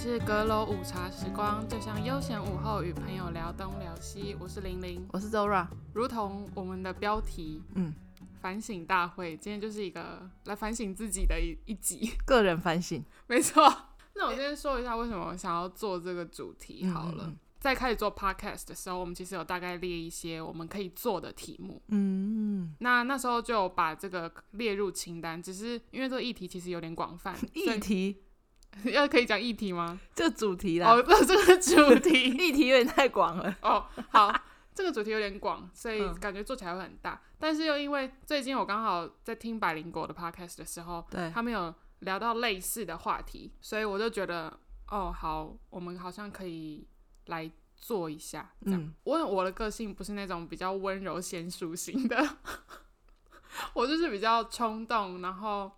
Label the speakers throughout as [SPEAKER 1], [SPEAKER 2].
[SPEAKER 1] 是阁楼午茶时光，就像悠闲午后与朋友聊东聊西。我是玲玲，
[SPEAKER 2] 我是 Zora，
[SPEAKER 1] 如同我们的标题，
[SPEAKER 2] 嗯，
[SPEAKER 1] 反省大会，今天就是一个来反省自己的一一集，
[SPEAKER 2] 个人反省。
[SPEAKER 1] 没错。那我先说一下为什么我想要做这个主题好了。
[SPEAKER 2] 嗯嗯嗯
[SPEAKER 1] 在开始做 podcast 的时候，我们其实有大概列一些我们可以做的题目。
[SPEAKER 2] 嗯，
[SPEAKER 1] 那那时候就有把这个列入清单，只是因为这个议题其实有点广泛，
[SPEAKER 2] 嗯议题
[SPEAKER 1] 所以 要可以讲议题 吗？
[SPEAKER 2] 这主题啦，
[SPEAKER 1] 哦，这这个主题
[SPEAKER 2] 议题有点太广了。
[SPEAKER 1] 哦，好，这个主题有点广，所以
[SPEAKER 2] 嗯
[SPEAKER 1] 感觉做起来会很大。但是又因为最近我刚好在听百灵果的 podcast 的时候，
[SPEAKER 2] 对，
[SPEAKER 1] 他们有聊到类似的话题，所以我就觉得，哦，好，我们好像可以来做一下。这样，
[SPEAKER 2] 嗯
[SPEAKER 1] 我我的个性不是那种比较温柔娴熟型的， 我就是比较冲动，然后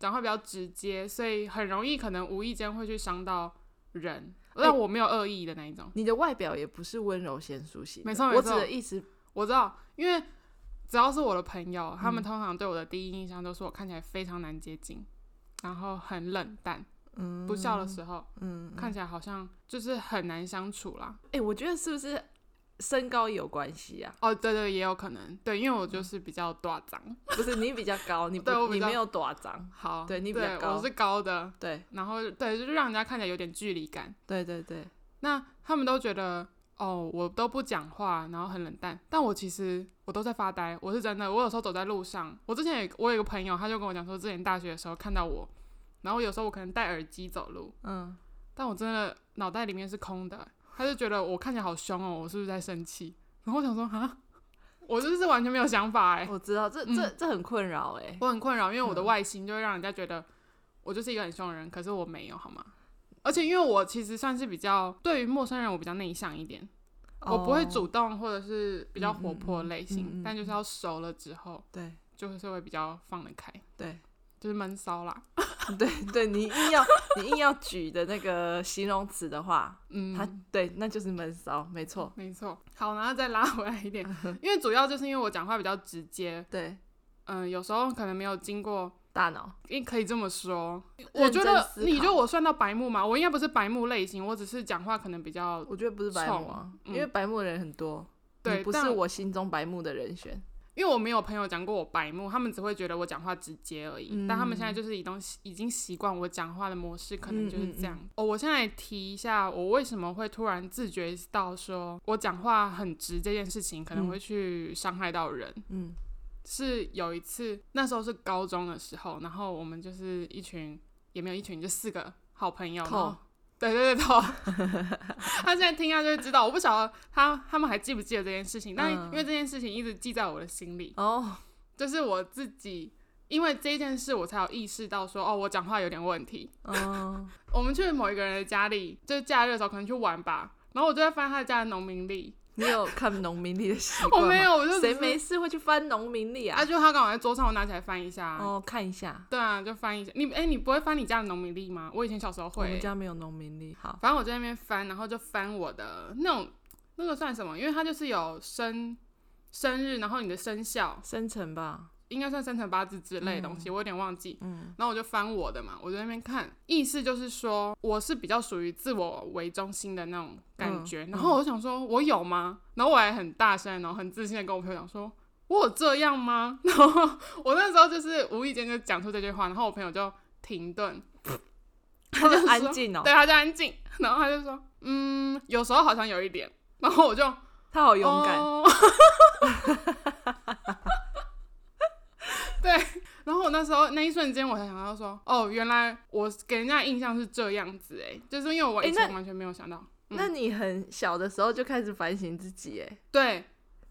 [SPEAKER 1] 讲话比较直接，所以很容易可能无意间会去伤到人，
[SPEAKER 2] 哎
[SPEAKER 1] 但我没有恶意的那一种。
[SPEAKER 2] 你的外表也不是温柔贤淑型的，
[SPEAKER 1] 没错没
[SPEAKER 2] 我指
[SPEAKER 1] 错
[SPEAKER 2] 的意思，
[SPEAKER 1] 我知道，因为只要是我的朋友，他们通常对我的第一印象都是我看起来非常难接近，然后很冷淡。
[SPEAKER 2] 嗯，
[SPEAKER 1] 不笑的时候，
[SPEAKER 2] 嗯，
[SPEAKER 1] 看起来好像就是很难相处啦。
[SPEAKER 2] 哎、我觉得是不是身高也有关系啊？
[SPEAKER 1] 哦，对对，也有可能，对，因为我就是比较短长，
[SPEAKER 2] 不是你比较高，你
[SPEAKER 1] 对我
[SPEAKER 2] 不
[SPEAKER 1] 比
[SPEAKER 2] 你
[SPEAKER 1] 较
[SPEAKER 2] 没有短张，
[SPEAKER 1] 好，
[SPEAKER 2] 对你比较高
[SPEAKER 1] 我是高的，
[SPEAKER 2] 对
[SPEAKER 1] 然后对，就是让人家看起来有点距离感。
[SPEAKER 2] 对对对，
[SPEAKER 1] 那他们都觉得。哦，我都不讲话，然后很冷淡。但我其实我都在发呆，我是真的。我有时候走在路上，我之前有我有一个朋友，他就跟我讲说，之前大学的时候看到我，然后有时候我可能戴耳机走路，
[SPEAKER 2] 嗯，
[SPEAKER 1] 但我真的脑袋里面是空的。他就觉得我看起来好凶哦，我是不是在生气？ 然后我想说，哈，我就是完全没有想法哎，
[SPEAKER 2] 我知道这这这很困扰哎、
[SPEAKER 1] 我很困扰，因为我的外形就会让人家觉得我就是一个很凶的人，可是我没有好吗？而且因为我其实算是比较对于陌生人我比较内向一点，我不会
[SPEAKER 2] 哦
[SPEAKER 1] 主动或者是比较活泼的类型，
[SPEAKER 2] 嗯嗯嗯嗯
[SPEAKER 1] 但就是要熟了之后，
[SPEAKER 2] 对
[SPEAKER 1] 就是会比较放得开，
[SPEAKER 2] 对
[SPEAKER 1] 就是闷骚啦。
[SPEAKER 2] 对对，你硬要 你硬要举的那个形容词的话，
[SPEAKER 1] 嗯，
[SPEAKER 2] 他对，那就是闷骚，没错，
[SPEAKER 1] 没错。好，然后再拉回来一 点，因为主要就是因为我讲话比较直接，
[SPEAKER 2] 对，
[SPEAKER 1] 嗯、有时候可能没有经过，
[SPEAKER 2] 大脑。
[SPEAKER 1] 也可以这么说。我
[SPEAKER 2] 认
[SPEAKER 1] 觉
[SPEAKER 2] 真
[SPEAKER 1] 得
[SPEAKER 2] 思
[SPEAKER 1] 你
[SPEAKER 2] 考
[SPEAKER 1] 觉得我算到白目吗？我应该不是白目类型，我只是讲话可能比较
[SPEAKER 2] 我觉得不是白目啊，
[SPEAKER 1] 嗯
[SPEAKER 2] 因为白目的人很多，
[SPEAKER 1] 对
[SPEAKER 2] 你不是
[SPEAKER 1] 但
[SPEAKER 2] 我心中白目的人选。
[SPEAKER 1] 因为我没有朋友讲过我白目，他们只会觉得我讲话直接而已。
[SPEAKER 2] 嗯
[SPEAKER 1] 但他们现在就是已经已经习惯我讲话的模式，可能就是这样。
[SPEAKER 2] 嗯
[SPEAKER 1] 哦，我现在提一下，我为什么会突然自觉到说我讲话很直这件事情可能会去伤害到人。
[SPEAKER 2] 嗯
[SPEAKER 1] 是有一次，那时候是高中的时候，然后我们就是一群，也没有一群，就四个好朋友。
[SPEAKER 2] 透
[SPEAKER 1] 然后对对对，透。 他现在听他就会知道，我不晓得他他们还记不记得这件事情，但
[SPEAKER 2] 嗯
[SPEAKER 1] 因为这件事情一直记在我的心里，
[SPEAKER 2] 哦，
[SPEAKER 1] 就是我自己，因为这件事我才有意识到说，哦，我讲话有点问题。
[SPEAKER 2] 嗯，
[SPEAKER 1] 我们去某一个人的家里，就是假日的时候可能去玩吧，然后我就会翻他的家的农民历，
[SPEAKER 2] 你有看农民历的习
[SPEAKER 1] 我
[SPEAKER 2] 惯吗？
[SPEAKER 1] 没，有，我就
[SPEAKER 2] 谁
[SPEAKER 1] 只是啊
[SPEAKER 2] 没事会去翻农民历啊
[SPEAKER 1] 啊，？就他刚好在桌上，我拿起来翻一下啊，
[SPEAKER 2] 哦，看一下，
[SPEAKER 1] 对啊，就翻一下。你哎、你不会翻你家的农民历吗？我以前小时候
[SPEAKER 2] 我
[SPEAKER 1] 会、
[SPEAKER 2] 们家没有农民历。好，
[SPEAKER 1] 反正我就在那边翻，然后就翻我的那种那个算什么？因为它就是有生生日，然后你的生肖，
[SPEAKER 2] 生 辰吧，
[SPEAKER 1] 应该算生辰八字之类的东西，我有点忘记。
[SPEAKER 2] 嗯，
[SPEAKER 1] 然后我就翻我的嘛，我就在那边看，意思就是说我是比较属于自我为中心的那种感觉。
[SPEAKER 2] 嗯
[SPEAKER 1] 然后我想说，我有吗？然后我还很大声，然后很自信的跟我朋友讲说，我有这样吗？ 然后我那时候就是无意间就讲出这句话，然后我朋友就停顿，
[SPEAKER 2] 他
[SPEAKER 1] 就
[SPEAKER 2] 就
[SPEAKER 1] 说
[SPEAKER 2] 安静哦，
[SPEAKER 1] 对，他就安静，然后他就说，嗯，有时候好像有一点。然后我就
[SPEAKER 2] 他好勇敢。
[SPEAKER 1] 哦 对，然后我那时候那一瞬间，我才想到说，哦，原来我给人家印象是这样子，哎，就是因为我以
[SPEAKER 2] 诶
[SPEAKER 1] 前
[SPEAKER 2] 那
[SPEAKER 1] 完全没有想到，嗯
[SPEAKER 2] 那你很小的时候就开始反省自己，哎，
[SPEAKER 1] 对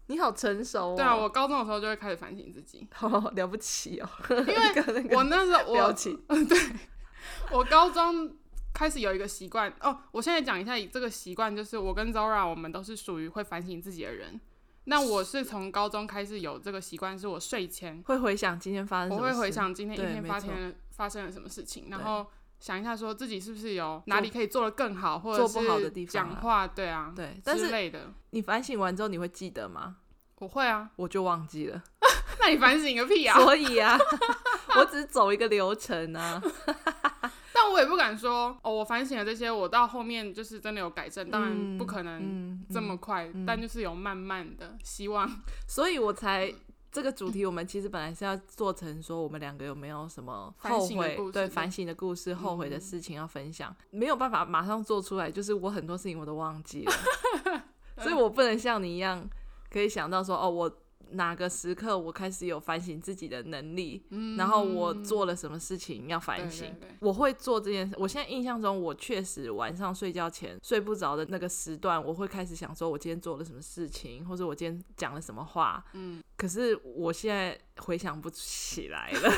[SPEAKER 2] 你好成熟哦。，
[SPEAKER 1] 对啊，我高中的时候就会开始反省自己
[SPEAKER 2] 好了不起哦，
[SPEAKER 1] 因为
[SPEAKER 2] 那个那
[SPEAKER 1] 我
[SPEAKER 2] 个
[SPEAKER 1] 那时候
[SPEAKER 2] 表
[SPEAKER 1] 我
[SPEAKER 2] 情，
[SPEAKER 1] 我高中开始有一个习惯哦，我现在讲一下这个习惯，就是我跟 Zora 我们都是属于会反省自己的人，那我是从高中开始有这个习惯，是我睡前
[SPEAKER 2] 会回想今天发生什
[SPEAKER 1] 我
[SPEAKER 2] 么
[SPEAKER 1] 会
[SPEAKER 2] 事。
[SPEAKER 1] 回想今天一
[SPEAKER 2] 对
[SPEAKER 1] 天
[SPEAKER 2] 没
[SPEAKER 1] 发
[SPEAKER 2] 错
[SPEAKER 1] 生发生了什么事情，然
[SPEAKER 2] 对
[SPEAKER 1] 后想一下说自己是不是有哪里可以做得更好，或者
[SPEAKER 2] 做
[SPEAKER 1] 是
[SPEAKER 2] 不好的地方
[SPEAKER 1] 讲
[SPEAKER 2] 啊
[SPEAKER 1] 话，对啊，
[SPEAKER 2] 对，但
[SPEAKER 1] 之
[SPEAKER 2] 是
[SPEAKER 1] 类的，
[SPEAKER 2] 你反省完之后你会记得吗？
[SPEAKER 1] 我会啊。
[SPEAKER 2] 我就忘记了，
[SPEAKER 1] 那你 反省个屁啊！
[SPEAKER 2] 所以啊，我只是走一个流程啊。
[SPEAKER 1] 但我也不敢说哦，我反省了这些，我到后面就是真的有改正，当然不可能
[SPEAKER 2] 嗯
[SPEAKER 1] 这么快，
[SPEAKER 2] 嗯
[SPEAKER 1] 但就是有慢慢的希望。
[SPEAKER 2] 所以我才这个主题，我们其实本来是要做成说我们两个有没有什么
[SPEAKER 1] 反
[SPEAKER 2] 后
[SPEAKER 1] 省的嗯
[SPEAKER 2] 悔
[SPEAKER 1] 故事
[SPEAKER 2] 对反省的故事、后悔的事情要分享，没有办法马上做出来，就是我很多事情我都忘记了， 所以我不能像你一样可以想到说哦，我哪个时刻我开始有反省自己的能力，
[SPEAKER 1] 嗯，
[SPEAKER 2] 然后我做了什么事情要
[SPEAKER 1] 对
[SPEAKER 2] 反
[SPEAKER 1] 对
[SPEAKER 2] 省。
[SPEAKER 1] 对
[SPEAKER 2] 我会做这件事。我现在印象中，我确实晚上睡觉前睡不着的那个时段，我会开始想说，我今天做了什么事情，或者我今天讲了什么话。
[SPEAKER 1] 嗯，
[SPEAKER 2] 可是我现在回想不起来了，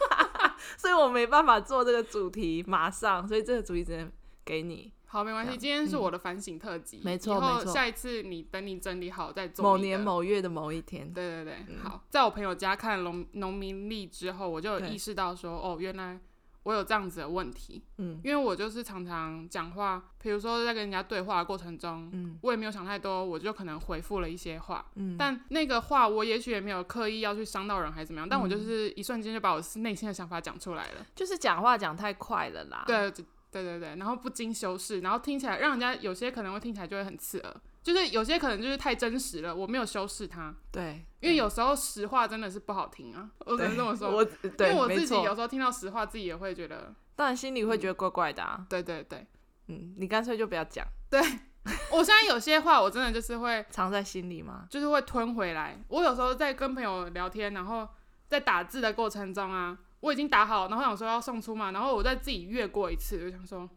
[SPEAKER 2] 所以我没办法做这个主题，马上。所以这个主题只能给你。
[SPEAKER 1] 好，没关系，
[SPEAKER 2] 这样嗯
[SPEAKER 1] 今天是我的反省特辑，
[SPEAKER 2] 没错
[SPEAKER 1] 以后
[SPEAKER 2] 没错
[SPEAKER 1] 下一次你等你整理好再做。
[SPEAKER 2] 某年。某月的某一天，
[SPEAKER 1] 对对对，
[SPEAKER 2] 嗯
[SPEAKER 1] 好，在我朋友家看农农民历之后，我就有
[SPEAKER 2] 对
[SPEAKER 1] 意识到说，哦，原来我有这样子的问题，
[SPEAKER 2] 嗯
[SPEAKER 1] 因为我就是常常讲话，比如说在跟人家对话的过程中，
[SPEAKER 2] 嗯
[SPEAKER 1] 我也没有想太多，我就可能回复了一些话，
[SPEAKER 2] 嗯，
[SPEAKER 1] 但那个话我也许也没有刻意要去伤到人还是怎么样，
[SPEAKER 2] 嗯
[SPEAKER 1] 但我就是一瞬间就把我内心的想法讲出来了。
[SPEAKER 2] 就是讲话讲太快了啦。，
[SPEAKER 1] 对对对对，然后不经修饰，然后听起来让人家有些可能会听起来就会很刺耳，就是有些可能就是太真实了，我没有修饰它，
[SPEAKER 2] 对，
[SPEAKER 1] 因为有时候实话真的是不好听啊，我只能这么说。
[SPEAKER 2] 我
[SPEAKER 1] 因为
[SPEAKER 2] 对，
[SPEAKER 1] 我
[SPEAKER 2] 没
[SPEAKER 1] 自己
[SPEAKER 2] 错
[SPEAKER 1] 有时候嗯听到实话，自己也会觉得，
[SPEAKER 2] 当然心里会觉得怪怪的啊。
[SPEAKER 1] 对对对，
[SPEAKER 2] 嗯，你干脆就不要讲，
[SPEAKER 1] 我现在有些话我真的就是会
[SPEAKER 2] 藏在心里嘛。
[SPEAKER 1] 就是会吞回来。我有时候在跟朋友聊天，然后在打字的过程中啊，我已经打好，然后想说要送出嘛，然后我再自己越过一次，我就想说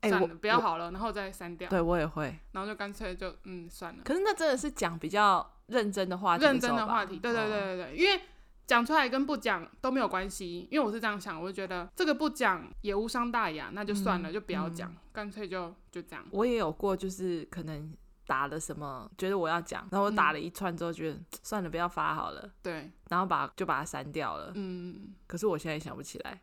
[SPEAKER 2] 哎、
[SPEAKER 1] 算
[SPEAKER 2] 我
[SPEAKER 1] 了，不要
[SPEAKER 2] 我
[SPEAKER 1] 好了，然后再删掉，
[SPEAKER 2] 对我也会，
[SPEAKER 1] 然后就干脆就嗯算了，
[SPEAKER 2] 可是那真的是讲比较认真的话题时候吧，
[SPEAKER 1] 认真的话题，对对
[SPEAKER 2] 哦，
[SPEAKER 1] 对对对，因为。讲出来跟不讲都没有关系，因为我是这样想，我就觉得这个不讲也无伤大雅，那就算
[SPEAKER 2] 嗯
[SPEAKER 1] 了，就不要讲，干脆就就这样。
[SPEAKER 2] 我也有过，就是可能打了什么，觉得我要讲，然后我打了一串之后，觉得、嗯算了，不要发好了，
[SPEAKER 1] 对，
[SPEAKER 2] 然后把就把它删掉了。
[SPEAKER 1] 嗯，
[SPEAKER 2] 可是我现在也想不起 来，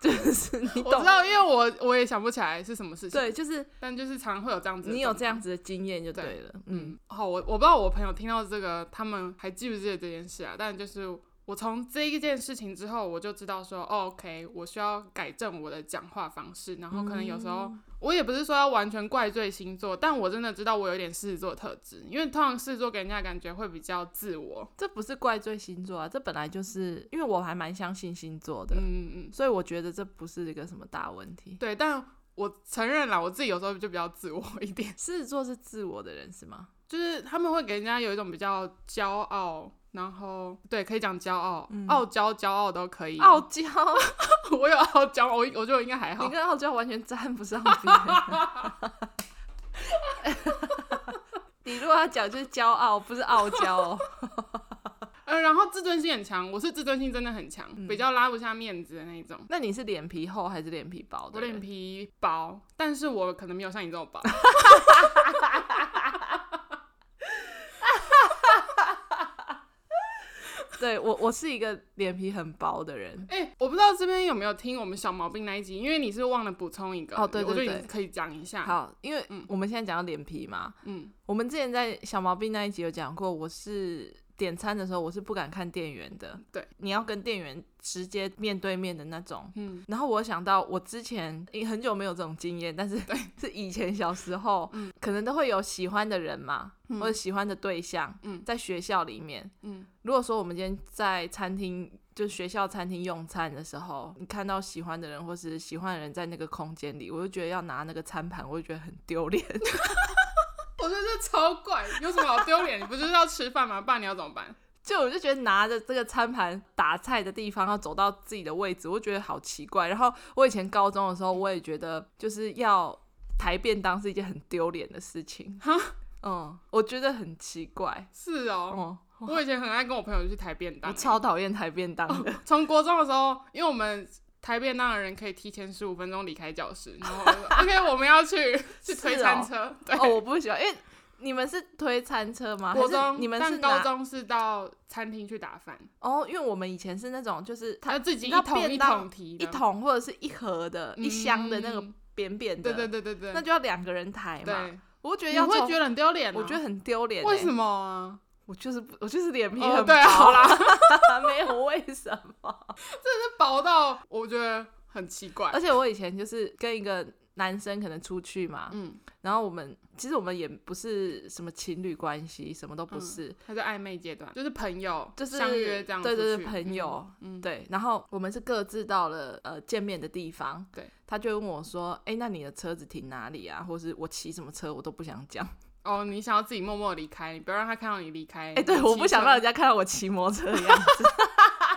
[SPEAKER 2] 就是你
[SPEAKER 1] 我知
[SPEAKER 2] 懂，
[SPEAKER 1] 道，因为我我也想不起来是什么事情，
[SPEAKER 2] 对，就是
[SPEAKER 1] 但就是常会有这样子的状况。
[SPEAKER 2] 你有这样子的经验就对了，嗯
[SPEAKER 1] 嗯，好，我我不知道我朋友听到这个，他们还记不记得这件事啊？但就是我从这一件事情之后，我就知道说、哦、，OK，我需要改正我的讲话方式。然后可能有时
[SPEAKER 2] 嗯
[SPEAKER 1] 候、我也不是说要完全怪罪星座，但我真的知道我有点狮子座特质，因为通常狮子座给人家的感觉会比较自我。
[SPEAKER 2] 这不是怪罪星座啊，这本来就是因为我还蛮相信星座的，
[SPEAKER 1] 嗯嗯嗯，
[SPEAKER 2] 所以我觉得这不是一个什么大问题。
[SPEAKER 1] 对，但我承认啦，我自己有时候就比较自我一点。
[SPEAKER 2] 狮子座是自我的人是吗？
[SPEAKER 1] 就是他们会给人家有一种比较骄傲，然后对，可以讲骄傲、
[SPEAKER 2] 嗯
[SPEAKER 1] 傲娇、骄傲都可以。
[SPEAKER 2] 傲，娇，
[SPEAKER 1] 我有傲娇，我我觉得我应该还
[SPEAKER 2] 你
[SPEAKER 1] 好。
[SPEAKER 2] 跟傲娇完全沾不上边。 你如果要讲就是骄傲，不是傲娇哦。
[SPEAKER 1] 呃，然后自尊心很强，我是自尊心真的很强，
[SPEAKER 2] 嗯
[SPEAKER 1] 比较拉不下面子的那一种。
[SPEAKER 2] 那你是脸皮厚还是脸皮薄的
[SPEAKER 1] 我
[SPEAKER 2] 人？
[SPEAKER 1] 脸皮薄，但是我可能没有像你这么 薄。
[SPEAKER 2] 对我，我是一个脸皮很薄的人。
[SPEAKER 1] 哎、我不知道这边有没有听我们小毛病那一集，因为你是忘了补充一个，
[SPEAKER 2] 哦对对
[SPEAKER 1] 我觉得
[SPEAKER 2] 对
[SPEAKER 1] 你可以讲一下。，
[SPEAKER 2] 好，因为
[SPEAKER 1] 嗯
[SPEAKER 2] 我们现在讲到脸皮嘛，
[SPEAKER 1] 嗯
[SPEAKER 2] 我们之前在小毛病那一集有讲过，我是点餐的时候我是不敢看店员的。
[SPEAKER 1] 对，
[SPEAKER 2] 你要跟店员直接面对面的那种。
[SPEAKER 1] 嗯
[SPEAKER 2] 然后我想到，我之前诶很久没有这种经验，但是 是以前小时候，可能都会有喜欢的人嘛，
[SPEAKER 1] 嗯
[SPEAKER 2] 或者喜欢的对象，
[SPEAKER 1] 嗯
[SPEAKER 2] 在学校里面。
[SPEAKER 1] 嗯
[SPEAKER 2] 如果说我们今天在餐厅，就是学校餐厅用餐的时候，你看到喜欢的人或是喜欢的人在那个空间里，我就觉得要拿那个餐盘，我就觉得很丢脸。
[SPEAKER 1] 我觉得这超怪，有什么好丢脸？你不就是要吃饭吗？不然你要怎么办？
[SPEAKER 2] 就我就觉得拿着这个餐盘打菜的地方要走到自己的位置，我觉得好奇怪。然后我以前高中的时候，我也觉得就是要抬便当是一件很丢脸的事情。
[SPEAKER 1] 哈，
[SPEAKER 2] 嗯，我觉得很奇怪。
[SPEAKER 1] 是哦，
[SPEAKER 2] 哦，
[SPEAKER 1] 我以前很爱跟我朋友去抬便
[SPEAKER 2] 我
[SPEAKER 1] 当，
[SPEAKER 2] 超讨厌抬便当的。
[SPEAKER 1] 从国中的时候，因为我们抬便当的人可以提前十五分钟离开教室，然后 我就说 OK，我们要去去推餐车，对。
[SPEAKER 2] 哦，我不喜欢，因为你们是推餐车吗？
[SPEAKER 1] 国
[SPEAKER 2] 还是
[SPEAKER 1] 中，
[SPEAKER 2] 你们是
[SPEAKER 1] 但高
[SPEAKER 2] 拿
[SPEAKER 1] 中是到餐厅去打饭，
[SPEAKER 2] 哦，因为我们以前是那种就是它
[SPEAKER 1] 他自己
[SPEAKER 2] 你
[SPEAKER 1] 一
[SPEAKER 2] 知道
[SPEAKER 1] 桶一
[SPEAKER 2] 便当
[SPEAKER 1] 桶提的，
[SPEAKER 2] 一桶或者是一盒的、一箱的那个
[SPEAKER 1] 嗯
[SPEAKER 2] 扁扁的，
[SPEAKER 1] 对对对对对，
[SPEAKER 2] 那就要两个人抬嘛。
[SPEAKER 1] 对，
[SPEAKER 2] 我觉得
[SPEAKER 1] 你
[SPEAKER 2] 要
[SPEAKER 1] 会
[SPEAKER 2] 从
[SPEAKER 1] 觉得很丢脸、啊，
[SPEAKER 2] 我觉得很丢脸欸、
[SPEAKER 1] 为什么 啊？
[SPEAKER 2] 我就是不，我就是脸皮很薄、
[SPEAKER 1] 哦， 对，好啦，
[SPEAKER 2] 没有为什么。
[SPEAKER 1] 这薄到我觉得。很奇怪
[SPEAKER 2] 而。且我以前就是跟一个男生可能出去嘛，
[SPEAKER 1] 嗯，
[SPEAKER 2] 然后我们其实我们也不是什么情侣关系，什么都不
[SPEAKER 1] 嗯
[SPEAKER 2] 是，
[SPEAKER 1] 他在暧昧阶段，就是朋友，
[SPEAKER 2] 就是
[SPEAKER 1] 相约这样出
[SPEAKER 2] 对
[SPEAKER 1] 去，
[SPEAKER 2] 对对，朋友，
[SPEAKER 1] 嗯，嗯，
[SPEAKER 2] 对，然后我们是各自到了呃见面的地方，
[SPEAKER 1] 对，
[SPEAKER 2] 他就问我说：“哎、那你的车子停哪里啊？或是我骑什么车？我都不想讲。
[SPEAKER 1] 哦，你想要自己默默离开，你不要让他看到你离开。
[SPEAKER 2] 哎、对，
[SPEAKER 1] 你
[SPEAKER 2] 我
[SPEAKER 1] 骑
[SPEAKER 2] 不想
[SPEAKER 1] 车
[SPEAKER 2] 让人家看到我骑摩托车的样子，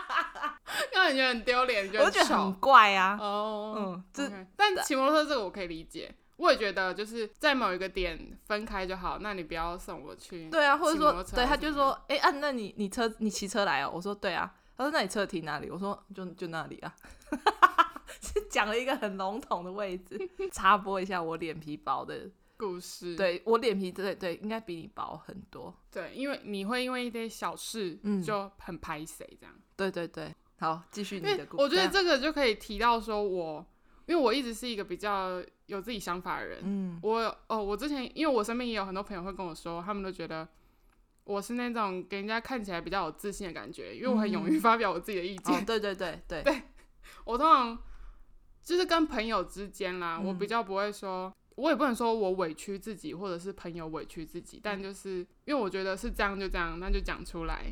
[SPEAKER 1] 让你觉得很丢脸，
[SPEAKER 2] 我就觉得
[SPEAKER 1] 丑
[SPEAKER 2] 很怪啊。
[SPEAKER 1] 哦。
[SPEAKER 2] 嗯，这
[SPEAKER 1] OK，但骑摩托车这个我可以理解，我也觉得就是在某一个点分开就好，那你不要送我去。
[SPEAKER 2] 对啊，或者
[SPEAKER 1] 骑摩
[SPEAKER 2] 说
[SPEAKER 1] 托，车
[SPEAKER 2] 对，
[SPEAKER 1] 还
[SPEAKER 2] 他
[SPEAKER 1] 是
[SPEAKER 2] 就
[SPEAKER 1] 什
[SPEAKER 2] 说：哎、啊，那你你车你骑车来哦？我说：对啊。他说：那你车停哪里？我说：就就那里啊。 是讲了一个很笼统的位置，插播一下我脸皮 薄的，
[SPEAKER 1] 故事，
[SPEAKER 2] 对我脸皮对对，应该比你薄很多。
[SPEAKER 1] 对，因为你会因为一些小事
[SPEAKER 2] 嗯
[SPEAKER 1] 就很排谁这样。
[SPEAKER 2] 对对对，好，继续你
[SPEAKER 1] 因
[SPEAKER 2] 的
[SPEAKER 1] 为
[SPEAKER 2] 故事。啊
[SPEAKER 1] 我觉得这个就可以提到说我，因为我一直是一个比较有自己想法的人。
[SPEAKER 2] 嗯
[SPEAKER 1] 我哦，我之前因为我身边也有很多朋友会跟我说，他们都觉得。我是那种给人家看起来比较有自信的感觉，因为我很勇于发表我自己的意见。
[SPEAKER 2] 嗯哦，对对对对，
[SPEAKER 1] 我通常就是跟朋友之间啦，
[SPEAKER 2] 嗯
[SPEAKER 1] 我比较不会说，我也不能说我委屈自己，或者是朋友委屈自己，
[SPEAKER 2] 嗯
[SPEAKER 1] 但就是因为我觉得是这样就这样，那就讲出来。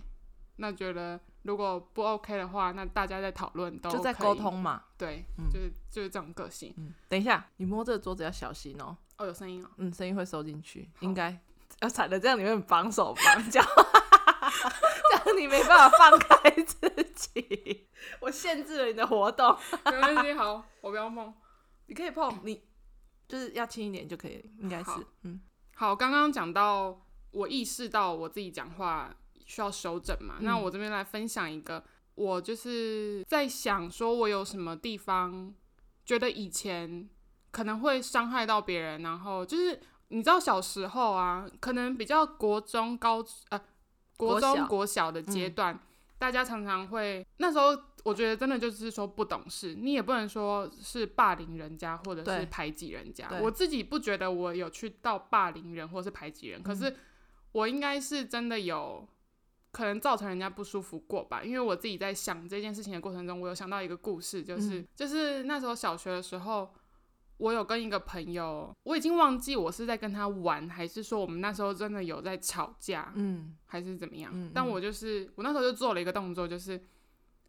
[SPEAKER 1] 那觉得如果不 OK 的话，那大家在讨论都、
[SPEAKER 2] 就在沟，通嘛。
[SPEAKER 1] 对，
[SPEAKER 2] 嗯
[SPEAKER 1] 就是就是这种个性。
[SPEAKER 2] 嗯，等一下，你摸这个桌子要小心哦，
[SPEAKER 1] 哦，有声音哦，
[SPEAKER 2] 嗯，声音会收进去，应该。要踩的这样你会很绑手绑脚， 这样你没办法放开自己。我限制了你的活动，
[SPEAKER 1] 没关系，好，我不要碰。
[SPEAKER 2] 你可以碰，你就是要轻一点就可以，应该是
[SPEAKER 1] 好，
[SPEAKER 2] 嗯
[SPEAKER 1] 好，刚刚讲到我意识到我自己讲话需要修整嘛，
[SPEAKER 2] 嗯
[SPEAKER 1] 那我这边来分享一个，我就是在想说我有什么地方觉得以前可能会伤害到别人，然后就是你知道小时候啊，可能比较国中高呃国
[SPEAKER 2] 国
[SPEAKER 1] 中
[SPEAKER 2] 小嗯
[SPEAKER 1] 国小的阶段，大家常常会那时候。我觉得真的就是说不懂事，你也不能说是霸凌人家或者是
[SPEAKER 2] 对
[SPEAKER 1] 排挤人家。
[SPEAKER 2] 对
[SPEAKER 1] 我自己不觉得我有去到霸凌人或是排挤人，可是我应该是真的有可能造成人家不舒服过吧。因为我自己在想这件事情的过程中，我有想到一个故事，就是、就是那时候小学的时候，我有跟一个朋友，我已经忘记我是在跟他玩，还是说我们那时候真的有在吵架，
[SPEAKER 2] 嗯
[SPEAKER 1] 还是怎么样。
[SPEAKER 2] 嗯嗯
[SPEAKER 1] 但我就是我那时候就做了一个动作，就是。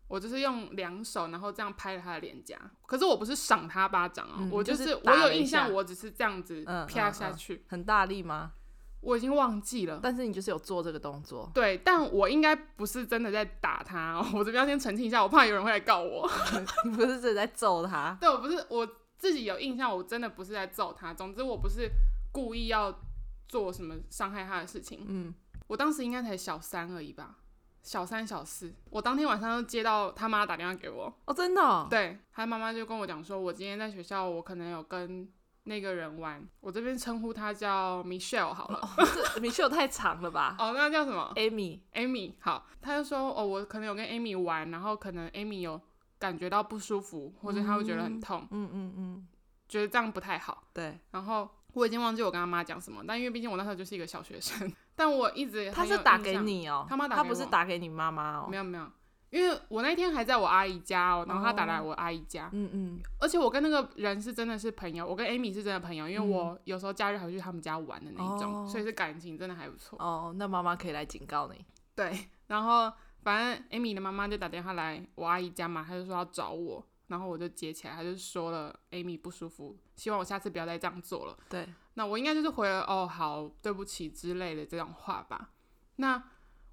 [SPEAKER 1] 我就是用两手，然后这样拍了他的脸颊。可是我不是赏他巴掌哦、
[SPEAKER 2] 嗯
[SPEAKER 1] 我
[SPEAKER 2] 就是是
[SPEAKER 1] 我
[SPEAKER 2] 打
[SPEAKER 1] 有
[SPEAKER 2] 了一
[SPEAKER 1] 印象，
[SPEAKER 2] 下
[SPEAKER 1] 我只是这样子
[SPEAKER 2] 嗯
[SPEAKER 1] 啪
[SPEAKER 2] 嗯
[SPEAKER 1] 下
[SPEAKER 2] 嗯
[SPEAKER 1] 去。
[SPEAKER 2] 很大力吗？
[SPEAKER 1] 我已经忘记了。
[SPEAKER 2] 但是你就是有做这个动作，
[SPEAKER 1] 对，但我应该不是真的在打他、哦，我这边要先澄清一下，我怕有人会来告我。
[SPEAKER 2] 你不是真的在揍他？
[SPEAKER 1] 对我不是我自己有印象，我真的不是在揍他。总之我不是故意要做什么伤害他的事情。
[SPEAKER 2] 嗯，
[SPEAKER 1] 我当时应该才小三而已吧，小三小四。我当天晚上就接到他妈打电话给我，
[SPEAKER 2] 哦，真的哦，
[SPEAKER 1] 对他妈妈就跟我讲说，我今天在学校我可能有跟那个人玩，我这边称呼他叫 Michelle 好
[SPEAKER 2] 哦
[SPEAKER 1] 了。
[SPEAKER 2] 这米秀太长了吧
[SPEAKER 1] 哦，那叫什么？
[SPEAKER 2] ？Amy，
[SPEAKER 1] Amy，好，他就说哦，我可能有跟 Amy 玩，然后可能 Amy 有感觉到不舒服，或者他会觉得很痛，
[SPEAKER 2] 嗯嗯嗯，
[SPEAKER 1] 觉得这样不太好。
[SPEAKER 2] 对，
[SPEAKER 1] 然后我已经忘记我跟他妈讲什么，但因为毕竟我那时候就是一个小学生， 但我一直
[SPEAKER 2] 他
[SPEAKER 1] 很有
[SPEAKER 2] 是打
[SPEAKER 1] 印
[SPEAKER 2] 给
[SPEAKER 1] 象，
[SPEAKER 2] 你哦，
[SPEAKER 1] 他妈打
[SPEAKER 2] 他
[SPEAKER 1] 给
[SPEAKER 2] 不是
[SPEAKER 1] 我
[SPEAKER 2] 打给你妈妈哦
[SPEAKER 1] 没，有没有，因为我那天还在我阿姨家哦，然后他打来我阿姨家，
[SPEAKER 2] 嗯嗯，
[SPEAKER 1] 而且我跟那个人是真的是朋友，我跟 Amy 是真的朋友，因为我有时候假日还会去他们家玩的那一种，
[SPEAKER 2] 哦
[SPEAKER 1] 所以是感情真的还不错。
[SPEAKER 2] 哦，那妈妈可以来警告你，
[SPEAKER 1] 对，然后反正 Amy 的妈妈就打电话来我阿姨家嘛，她就说要找我，然后我就接起来，她就说了 Amy 不舒服，希望我下次不要再这样做了。
[SPEAKER 2] 对，
[SPEAKER 1] 那我应该就是回了哦好，对不起之类的这种话吧。那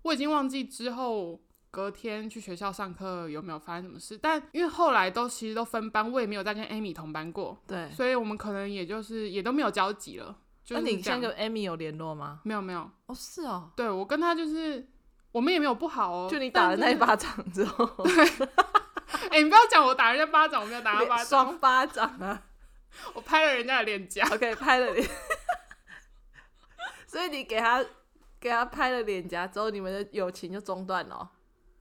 [SPEAKER 1] 我已经忘记之后隔天去学校上课有没有发生什么事，但因为后来都其实都分班，我也没有再跟 Amy 同班过，
[SPEAKER 2] 对，
[SPEAKER 1] 所以我们可能也就是也都没有交集了。就
[SPEAKER 2] 那
[SPEAKER 1] 是
[SPEAKER 2] 你
[SPEAKER 1] 这
[SPEAKER 2] 现
[SPEAKER 1] 样
[SPEAKER 2] 在跟 Amy 有联络吗？
[SPEAKER 1] 没有没有，
[SPEAKER 2] 哦，是哦，
[SPEAKER 1] 对我跟他就是我们也没有不好哦，
[SPEAKER 2] 就你
[SPEAKER 1] 但
[SPEAKER 2] 打了
[SPEAKER 1] 就
[SPEAKER 2] 那一
[SPEAKER 1] 是
[SPEAKER 2] 巴掌之后，
[SPEAKER 1] 哎、你不要讲我打人家巴掌，我没有打他巴
[SPEAKER 2] 连
[SPEAKER 1] 掌，
[SPEAKER 2] 双巴掌啊
[SPEAKER 1] 我拍了人家的脸颊。
[SPEAKER 2] ，OK，拍了脸， 所以你给他给他拍了脸颊之后，你们的友情就中断了哦，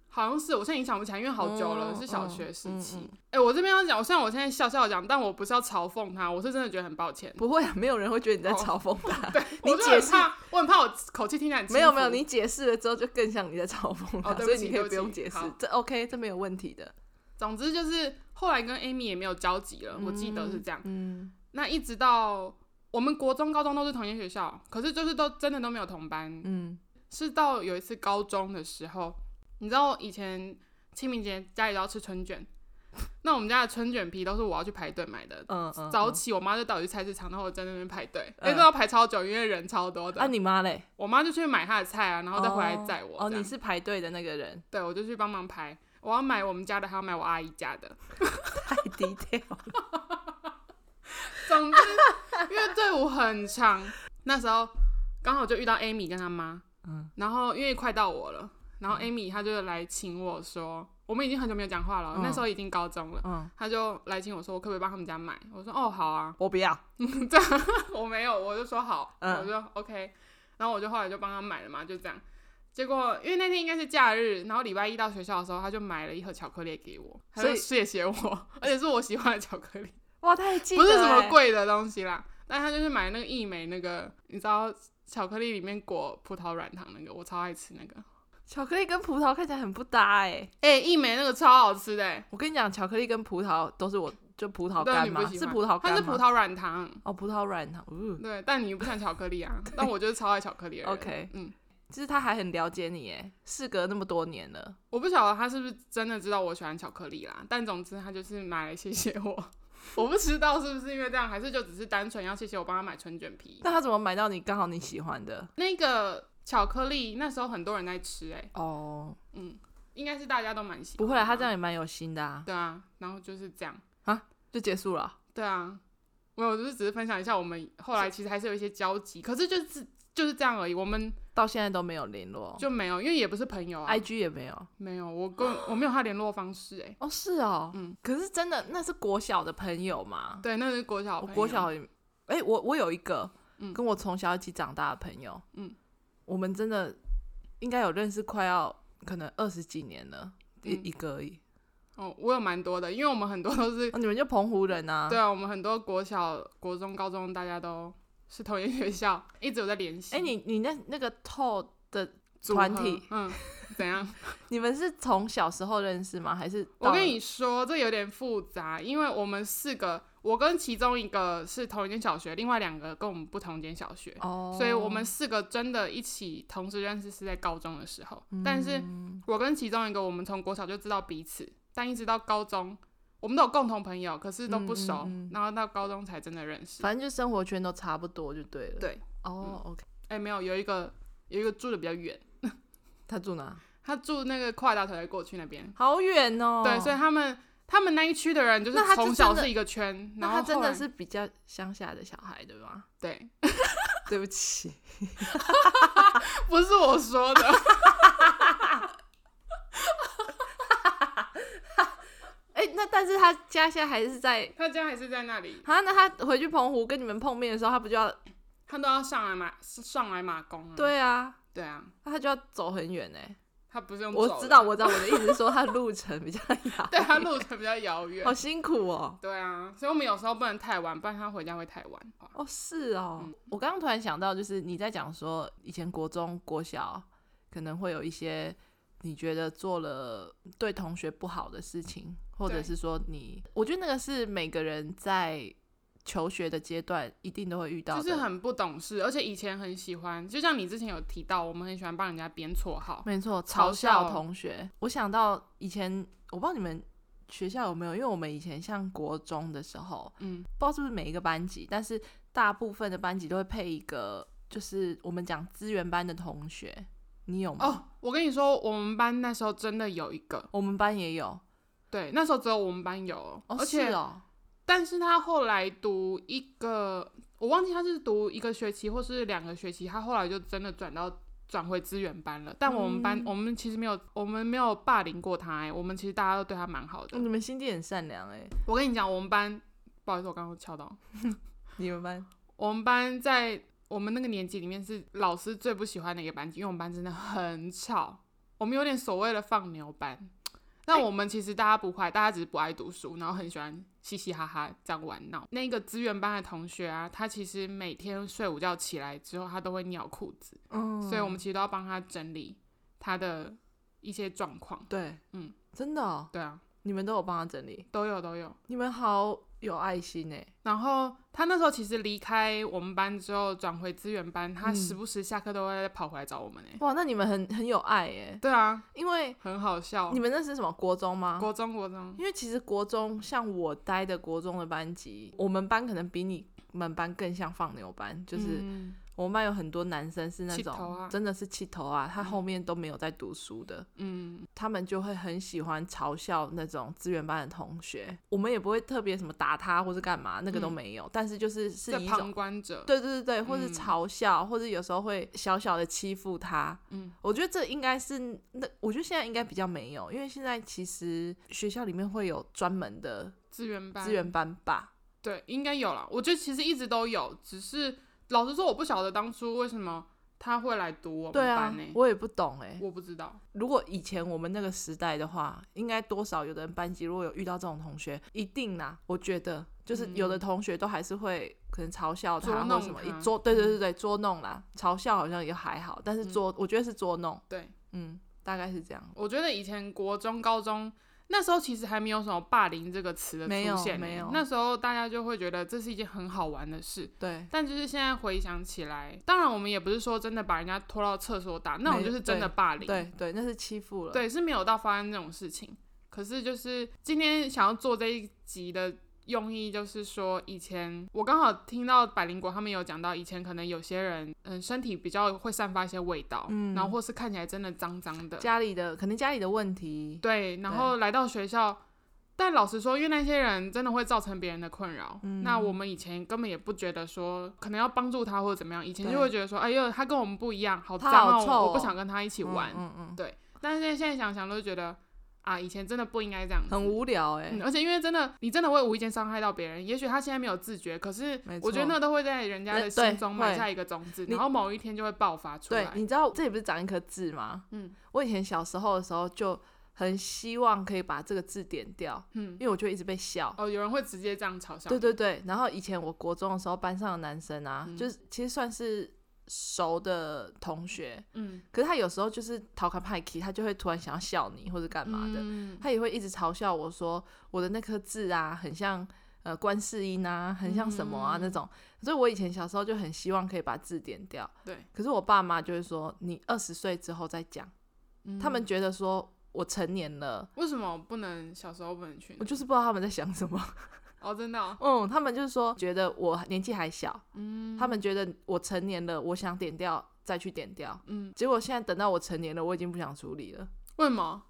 [SPEAKER 1] 好像是，我现在已经想不起来，因为好久了，
[SPEAKER 2] 嗯
[SPEAKER 1] 是小学时期。哎、
[SPEAKER 2] 嗯嗯
[SPEAKER 1] 我这边要讲，虽然我现在笑笑讲，但我不是要嘲讽他，我是真的觉得很抱歉。
[SPEAKER 2] 不会啊，没有人会觉得你在
[SPEAKER 1] 哦
[SPEAKER 2] 嘲讽他，
[SPEAKER 1] 对，
[SPEAKER 2] 你
[SPEAKER 1] 我就很
[SPEAKER 2] 解释
[SPEAKER 1] 怕，我很怕我口气听起来很轻
[SPEAKER 2] 没有没有，
[SPEAKER 1] 浮
[SPEAKER 2] 你解释了之后就更像你在嘲讽他，
[SPEAKER 1] 哦对不
[SPEAKER 2] 所以
[SPEAKER 1] 起
[SPEAKER 2] 你可
[SPEAKER 1] 对
[SPEAKER 2] 以
[SPEAKER 1] 不
[SPEAKER 2] 不用
[SPEAKER 1] 起
[SPEAKER 2] 解释
[SPEAKER 1] 好，
[SPEAKER 2] 这 OK，这没有问题的。
[SPEAKER 1] 总之就是后来跟 Amy 也没有交集了，我记得是这样。
[SPEAKER 2] 嗯，
[SPEAKER 1] 那一直到我们国中、高中都是同一间学校，可是就是都真的都没有同班。
[SPEAKER 2] 嗯
[SPEAKER 1] 是到有一次高中的时候，你知道以前清明节家里都要吃春卷，那我们家的春卷皮都是我要去排队买的。
[SPEAKER 2] 嗯嗯，
[SPEAKER 1] 早
[SPEAKER 2] 嗯
[SPEAKER 1] 起，我妈就带我去菜市场，然后我在那边排队，
[SPEAKER 2] 嗯
[SPEAKER 1] 那、都要排超久，因为人超多的。
[SPEAKER 2] 啊，你妈嘞？
[SPEAKER 1] 我妈就去买她的菜啊，然后再回来
[SPEAKER 2] 哦
[SPEAKER 1] 载我
[SPEAKER 2] 哦，
[SPEAKER 1] 这样
[SPEAKER 2] 你是排队的那个人，
[SPEAKER 1] 对，我就去帮忙排。我要买我们家的，还要买我阿姨家的。
[SPEAKER 2] 太低调。
[SPEAKER 1] 总之，因为队伍很长，那时候刚好就遇到 Amy 跟她妈，
[SPEAKER 2] 嗯，
[SPEAKER 1] 然后因为快到我了，然后 Amy 她就来请我说，我们已经很久没有讲话了，
[SPEAKER 2] 嗯
[SPEAKER 1] 那时候已经高中了，
[SPEAKER 2] 嗯，
[SPEAKER 1] 她就来请我说，我可不可以帮他们家买？我说哦，好啊，
[SPEAKER 2] 我不要。
[SPEAKER 1] 这样 我没有，我就说好，
[SPEAKER 2] 嗯
[SPEAKER 1] 我就 OK，然后我就后来就帮他买了嘛，就这样。结果因为那天应该是假日，然后礼拜一到学校的时候，他就买了一盒巧克力给我，他
[SPEAKER 2] 所
[SPEAKER 1] 就
[SPEAKER 2] 以
[SPEAKER 1] 谢谢我，而且是我喜欢的巧克力，
[SPEAKER 2] 哇，太记得
[SPEAKER 1] 不是什么
[SPEAKER 2] 欸，
[SPEAKER 1] 贵的东西啦。但他就是买那个益美那个，你知道巧克力里面裹葡萄软糖那个，我超爱吃那个。
[SPEAKER 2] 巧克力跟葡萄看起来很不搭哎、
[SPEAKER 1] 哎、益美那个超好吃的、欸，
[SPEAKER 2] 我跟你讲，巧克力跟葡萄都是我就葡萄
[SPEAKER 1] 但
[SPEAKER 2] 干
[SPEAKER 1] 你不
[SPEAKER 2] 嘛，
[SPEAKER 1] 喜
[SPEAKER 2] 是
[SPEAKER 1] 欢，
[SPEAKER 2] 葡萄干
[SPEAKER 1] 它
[SPEAKER 2] 吗？
[SPEAKER 1] 是葡萄软糖，
[SPEAKER 2] 哦，葡萄软糖。嗯、
[SPEAKER 1] 对。但你不喜欢巧克力 啊，但我就是超爱巧克力的人。
[SPEAKER 2] OK，
[SPEAKER 1] 嗯，
[SPEAKER 2] 就是他还很了解你哎，事隔那么多年了，
[SPEAKER 1] 我不晓得他是不是真的知道我喜欢巧克力啦，但总之他就是买来谢谢我。 我不知道是不是因为这样，还是就只是单纯要谢谢我帮他买春卷皮。
[SPEAKER 2] 那他怎么买到你刚好你喜欢的？
[SPEAKER 1] 那个巧克力那时候很多人在吃、欸，
[SPEAKER 2] 哦，
[SPEAKER 1] 嗯，应该是大家都蛮喜欢。
[SPEAKER 2] 不会啊，他这样。也蛮有心的啊，
[SPEAKER 1] 对啊，然后就是这样。
[SPEAKER 2] 就结束了。
[SPEAKER 1] 对啊，没有，我就是只是分享一下我们后来其实还是有一些交集，可是就是就是这样而已，我们
[SPEAKER 2] 到现在都没有联络
[SPEAKER 1] 就没有，因为也不是朋友啊。
[SPEAKER 2] ，IG 也没有。
[SPEAKER 1] 没有，我跟我没有他联络方式、欸，
[SPEAKER 2] 哦，是哦，
[SPEAKER 1] 嗯，
[SPEAKER 2] 可是真的那是国小的朋友嘛？
[SPEAKER 1] 对，那是国小
[SPEAKER 2] 我
[SPEAKER 1] 朋友，
[SPEAKER 2] 哦国小也，哎、我我有一个
[SPEAKER 1] 嗯
[SPEAKER 2] 跟我从小一起长大的朋友，
[SPEAKER 1] 嗯，
[SPEAKER 2] 我们真的应该有认识快要可能二十几年了，一、
[SPEAKER 1] 嗯
[SPEAKER 2] 一个而已。
[SPEAKER 1] 哦，我有蛮多的，因为我们很多都是
[SPEAKER 2] 哦，你们就澎湖人啊？
[SPEAKER 1] 对。啊，我们很多国小、国中、高中大家都是同一个学校，一直有在联系。
[SPEAKER 2] 哎、你你那那个透的，
[SPEAKER 1] 组
[SPEAKER 2] 团
[SPEAKER 1] 合
[SPEAKER 2] 体，
[SPEAKER 1] 嗯，怎 样？
[SPEAKER 2] 你们是从小时候认识吗？还是
[SPEAKER 1] 我跟
[SPEAKER 2] 到
[SPEAKER 1] 你说，这有点复杂，因为我们四个，我跟其中一个是同一间小学，另外两个跟我们不同间小学。
[SPEAKER 2] 哦，
[SPEAKER 1] 所以我们四个真的一起同时认识是在高中的时候，但是
[SPEAKER 2] 嗯
[SPEAKER 1] 我跟其中一个，我们从国小就知道彼此，但一直到高中，我们都有共同朋友，可是都不熟，
[SPEAKER 2] 嗯嗯嗯
[SPEAKER 1] 然后到高中才真的认识。
[SPEAKER 2] 反正就生活圈都差不多就对了。
[SPEAKER 1] 对，
[SPEAKER 2] 哦、o k
[SPEAKER 1] 哎、没有，有一个有一个住的比较远，
[SPEAKER 2] 他住哪？
[SPEAKER 1] 他住那个跨大腿的过去那边，
[SPEAKER 2] 好远哦。
[SPEAKER 1] 对，所以他们他们那一区的人就是
[SPEAKER 2] 那他就
[SPEAKER 1] 从小
[SPEAKER 2] 真的
[SPEAKER 1] 是一个圈，然
[SPEAKER 2] 那
[SPEAKER 1] 后
[SPEAKER 2] 他真
[SPEAKER 1] 后来
[SPEAKER 2] 的是比较乡下的小孩，对吧？
[SPEAKER 1] 对，
[SPEAKER 2] 对不起，
[SPEAKER 1] 不是我说的，
[SPEAKER 2] 哎、那但是他家现在还是在
[SPEAKER 1] 他家还是在那里，
[SPEAKER 2] 啊，那他回去澎湖跟你们碰面的时候，他不就要、
[SPEAKER 1] 嗯他都要上来马上来马工啊，
[SPEAKER 2] 对啊，
[SPEAKER 1] 对啊，
[SPEAKER 2] 那他就要走很远哎、
[SPEAKER 1] 他不是用走
[SPEAKER 2] 我
[SPEAKER 1] 的
[SPEAKER 2] 知道，我知道，我的意思是说他路程比较遥，
[SPEAKER 1] 对他路程比较遥远
[SPEAKER 2] 好，辛苦哦。
[SPEAKER 1] 对啊，所以我们有时候不能太晚，不然他回家会太晚。
[SPEAKER 2] 哦，是哦，
[SPEAKER 1] 嗯
[SPEAKER 2] 我刚刚突然想到，就是你在讲说以前国中、国小可能会有一些你觉得做了对同学不好的事情，或者
[SPEAKER 1] 对
[SPEAKER 2] 是说你，我觉得那个是每个人在求学的阶段一定都会遇到
[SPEAKER 1] 就
[SPEAKER 2] 的，
[SPEAKER 1] 是很不懂事，而且以前很喜欢，就像你之前有提到，我们很喜欢帮人家编绰号，
[SPEAKER 2] 没错，
[SPEAKER 1] 嘲
[SPEAKER 2] 嘲
[SPEAKER 1] 笑
[SPEAKER 2] 笑同学。我想到以前，我不知道你们学校有没有，因为我们以前像国中的时候，
[SPEAKER 1] 嗯，
[SPEAKER 2] 不知道是不是每一个班级，但是大部分的班级都会配一个，就是我们讲资源班的同学，你有吗？
[SPEAKER 1] 哦，我跟你说，我们班那时候真的有一个，
[SPEAKER 2] 我们班也有，
[SPEAKER 1] 对，那时候只有我们班有，
[SPEAKER 2] 哦，
[SPEAKER 1] 而且，
[SPEAKER 2] 是哦，
[SPEAKER 1] 但是他后来读一个，我忘记他是读一个学期或是两个学期，他后来就真的转到转回资源班了。但我们班，
[SPEAKER 2] 嗯
[SPEAKER 1] 我们其实没有，我们没有霸凌过他、欸，我们其实大家都对他蛮好的。
[SPEAKER 2] 哦你们心地很善良哎，
[SPEAKER 1] 我跟你讲，我们班，不好意思，我刚刚敲到，
[SPEAKER 2] 你们班
[SPEAKER 1] 我们班在我们那个年级里面是老师最不喜欢的一个班级，因为我们班真的很吵，我们有点所谓的放牛班。
[SPEAKER 2] 哎
[SPEAKER 1] 但我们其实大家不坏，大家只是不爱读书，然后很喜欢嘻嘻哈哈这样玩闹。那个资源班的同学啊，他其实每天睡午觉起来之后，他都会尿裤子，
[SPEAKER 2] 嗯
[SPEAKER 1] 所以我们其实都要帮他整理他的一些状况。
[SPEAKER 2] 对，
[SPEAKER 1] 嗯，
[SPEAKER 2] 真的哦，
[SPEAKER 1] 对啊，
[SPEAKER 2] 你们都有帮他整理，
[SPEAKER 1] 都有都有。
[SPEAKER 2] 你们好有爱心哎、
[SPEAKER 1] 然后他那时候其实离开我们班之后转回资源班，他
[SPEAKER 2] 嗯
[SPEAKER 1] 时不时下课都会跑回来找我们哎、
[SPEAKER 2] 哇，那你们很很有爱哎、
[SPEAKER 1] 对啊，
[SPEAKER 2] 因为
[SPEAKER 1] 很好笑
[SPEAKER 2] 你。们那是什么国中吗？
[SPEAKER 1] 国中国中，
[SPEAKER 2] 因为其实国中像我待的国中的班级，我们班可能比你们班更像放牛班，就是
[SPEAKER 1] 嗯
[SPEAKER 2] 我们班有很多男生是那
[SPEAKER 1] 气
[SPEAKER 2] 种、
[SPEAKER 1] 头啊
[SPEAKER 2] 真的是气头啊，他后面都没有在读书的，
[SPEAKER 1] 嗯，
[SPEAKER 2] 他们就会很喜欢嘲笑那种资源班的同学。我们也不会特别什么打他或是干嘛，那个都
[SPEAKER 1] 嗯
[SPEAKER 2] 没有，但是就是是
[SPEAKER 1] 这
[SPEAKER 2] 以一种
[SPEAKER 1] 旁观者，
[SPEAKER 2] 对对对对，或是
[SPEAKER 1] 嗯
[SPEAKER 2] 嘲笑，或者有时候会小小的欺负他。
[SPEAKER 1] 嗯，
[SPEAKER 2] 我觉得这应该是那，我觉得现在应该比较没有，因为现在其实学校里面会有专门的
[SPEAKER 1] 资源班，
[SPEAKER 2] 资源班吧。
[SPEAKER 1] 对，应该有啦。我觉得其实一直都有，只是老实说，我不晓得当初为什么他会来读我们
[SPEAKER 2] 对啊
[SPEAKER 1] 班呢、，
[SPEAKER 2] 我也不懂哎、
[SPEAKER 1] 我不知道。
[SPEAKER 2] 如果以前我们那个时代的话，应该多少有的人班级如果有遇到这种同学，一定啦，我觉得就是有的同学都还是会可能嘲笑
[SPEAKER 1] 嗯捉
[SPEAKER 2] 他或
[SPEAKER 1] 弄
[SPEAKER 2] 什么，
[SPEAKER 1] 他嗯
[SPEAKER 2] 一捉对对对对捉弄啦，嘲笑好像也还好，但是捉、我觉得是捉弄，
[SPEAKER 1] 对，
[SPEAKER 2] 嗯，大概是这样。
[SPEAKER 1] 我觉得以前国中、高中那时候其实还没有什么霸凌这个词的
[SPEAKER 2] 没有
[SPEAKER 1] 出现欸、
[SPEAKER 2] 没有
[SPEAKER 1] 那时候大家就会觉得这是一件很好玩的事。
[SPEAKER 2] 对，
[SPEAKER 1] 但就是现在回想起来，当然我们也不是说真的把人家拖到厕所打，那种就是真的霸凌，
[SPEAKER 2] 对对，那是欺负了。，
[SPEAKER 1] 对是没有到发生这种事情。可是就是今天想要做这一集的用意，就是说以前我刚好听到百灵果他们有讲到，以前可能有些人嗯身体比较会散发一些味道，
[SPEAKER 2] 嗯
[SPEAKER 1] 然后或是看起来真的脏脏的，
[SPEAKER 2] 家里的可能家里的问题，
[SPEAKER 1] 对，然后来到学校。但老实说，因为那些人真的会造成别人的困扰，
[SPEAKER 2] 嗯
[SPEAKER 1] 那我们以前根本也不觉得说可能要帮助他或者怎么样，以前就
[SPEAKER 2] 对
[SPEAKER 1] 会觉得说，哎呦，他跟我们不一样，好
[SPEAKER 2] 他
[SPEAKER 1] 脏
[SPEAKER 2] 好
[SPEAKER 1] 哦，
[SPEAKER 2] 臭
[SPEAKER 1] 我不
[SPEAKER 2] 哦
[SPEAKER 1] 想跟他一起
[SPEAKER 2] 嗯
[SPEAKER 1] 玩。
[SPEAKER 2] 嗯嗯，
[SPEAKER 1] 但是现在想想都觉得啊，以前真的不应该这样子，
[SPEAKER 2] 很无聊哎、
[SPEAKER 1] 嗯而且因为真的你真的会无意间伤害到别人，也许他现在没有自觉，可是
[SPEAKER 2] 没
[SPEAKER 1] 我觉得
[SPEAKER 2] 错
[SPEAKER 1] 那都会在人家
[SPEAKER 2] 呃
[SPEAKER 1] 的
[SPEAKER 2] 对
[SPEAKER 1] 心中埋
[SPEAKER 2] 会
[SPEAKER 1] 下一个种子，
[SPEAKER 2] 你
[SPEAKER 1] 然后某一天就会爆发出
[SPEAKER 2] 对
[SPEAKER 1] 来，。
[SPEAKER 2] 你知道这里不是长一颗痣吗？
[SPEAKER 1] 嗯，
[SPEAKER 2] 我以前小时候的时候就很希望可以把这个痣点掉，
[SPEAKER 1] 嗯
[SPEAKER 2] 因，为我就一直被笑。
[SPEAKER 1] 哦，有人会直接这样嘲笑，
[SPEAKER 2] 对，对对，然后以前我国中的时候，班上的男生啊，
[SPEAKER 1] 嗯
[SPEAKER 2] 就是其实算是熟的同学，
[SPEAKER 1] 嗯，
[SPEAKER 2] 可是他有时候就是逃开派 k 他就会突然想要笑你或者干嘛的，
[SPEAKER 1] 嗯
[SPEAKER 2] 他也会一直嘲笑我说我的那颗痣啊，很像呃观世音啊，很像什么啊、
[SPEAKER 1] 嗯
[SPEAKER 2] 那种。所以我以前小时候就很希望可以把痣点掉，
[SPEAKER 1] 对，
[SPEAKER 2] 可是我爸妈就会说你二十岁之后再讲，他们觉得说我成年了，
[SPEAKER 1] 嗯为什么不能小时候不能去呢？
[SPEAKER 2] 我就是不知道他们在想什么。
[SPEAKER 1] 哦，真的、哦，
[SPEAKER 2] 嗯，他们就是说觉得我年纪还小，
[SPEAKER 1] 嗯，
[SPEAKER 2] 他们觉得我成年了，我想点掉再去点掉。
[SPEAKER 1] 嗯，
[SPEAKER 2] 结果现在等到我成年了，我已经不想处理了。
[SPEAKER 1] 为什么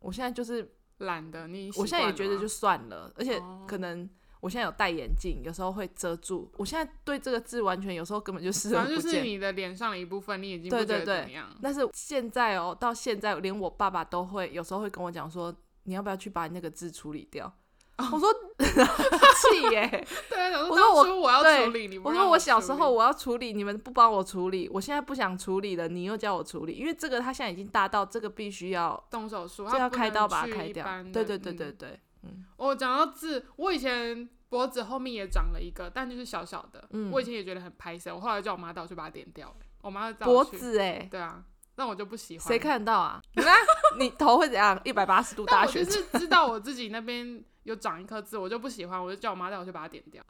[SPEAKER 2] 我现在就是
[SPEAKER 1] 懒得？你
[SPEAKER 2] 我现在也觉得就是算了，而且
[SPEAKER 1] 哦
[SPEAKER 2] 可能我现在有戴眼镜，有时候会遮住。我现在对这个字完全有时候根本就视而
[SPEAKER 1] 反正
[SPEAKER 2] 不
[SPEAKER 1] 就是
[SPEAKER 2] 见。
[SPEAKER 1] 你的脸上的一部分，你已经不
[SPEAKER 2] 对
[SPEAKER 1] 觉得
[SPEAKER 2] 对对
[SPEAKER 1] 怎么样。
[SPEAKER 2] 但是现在哦，到现在连我爸爸都会有时候会跟我讲说，你要不要去把你那个字处理掉？
[SPEAKER 1] 哦
[SPEAKER 2] 我说 气耶、
[SPEAKER 1] 对啊，想
[SPEAKER 2] 我
[SPEAKER 1] 说
[SPEAKER 2] 说我
[SPEAKER 1] 当初我要
[SPEAKER 2] 对
[SPEAKER 1] 处理，你不
[SPEAKER 2] 我
[SPEAKER 1] 让
[SPEAKER 2] 说
[SPEAKER 1] 我
[SPEAKER 2] 我小
[SPEAKER 1] 处
[SPEAKER 2] 时
[SPEAKER 1] 理
[SPEAKER 2] 候我要处理，你们不帮我处理，我现在不想处理了，你又叫我处理，因为这个他现在已经大到这个必须要，
[SPEAKER 1] 动手术，
[SPEAKER 2] 这
[SPEAKER 1] 他
[SPEAKER 2] 要
[SPEAKER 1] 不
[SPEAKER 2] 开
[SPEAKER 1] 能
[SPEAKER 2] 刀把
[SPEAKER 1] 去
[SPEAKER 2] 它开
[SPEAKER 1] 一
[SPEAKER 2] 掉
[SPEAKER 1] 般。
[SPEAKER 2] 对
[SPEAKER 1] 的
[SPEAKER 2] 对对对
[SPEAKER 1] 嗯
[SPEAKER 2] 对，
[SPEAKER 1] 我讲到痣，我以前脖子后面也长了一个，但就是小小的。
[SPEAKER 2] 嗯
[SPEAKER 1] 我以前也觉得很拍手，我后来叫我妈带我去把它点掉、欸我妈就带
[SPEAKER 2] 脖
[SPEAKER 1] 我去。
[SPEAKER 2] 子哎、
[SPEAKER 1] 对啊，那我就不喜欢。
[SPEAKER 2] 谁？看得到啊？你看你头会怎样？一百八十度
[SPEAKER 1] 但我
[SPEAKER 2] 大
[SPEAKER 1] 就
[SPEAKER 2] 旋转。
[SPEAKER 1] 是知道我自己那边有长一颗痣，我就不喜欢，我就叫我妈带我去把它点掉。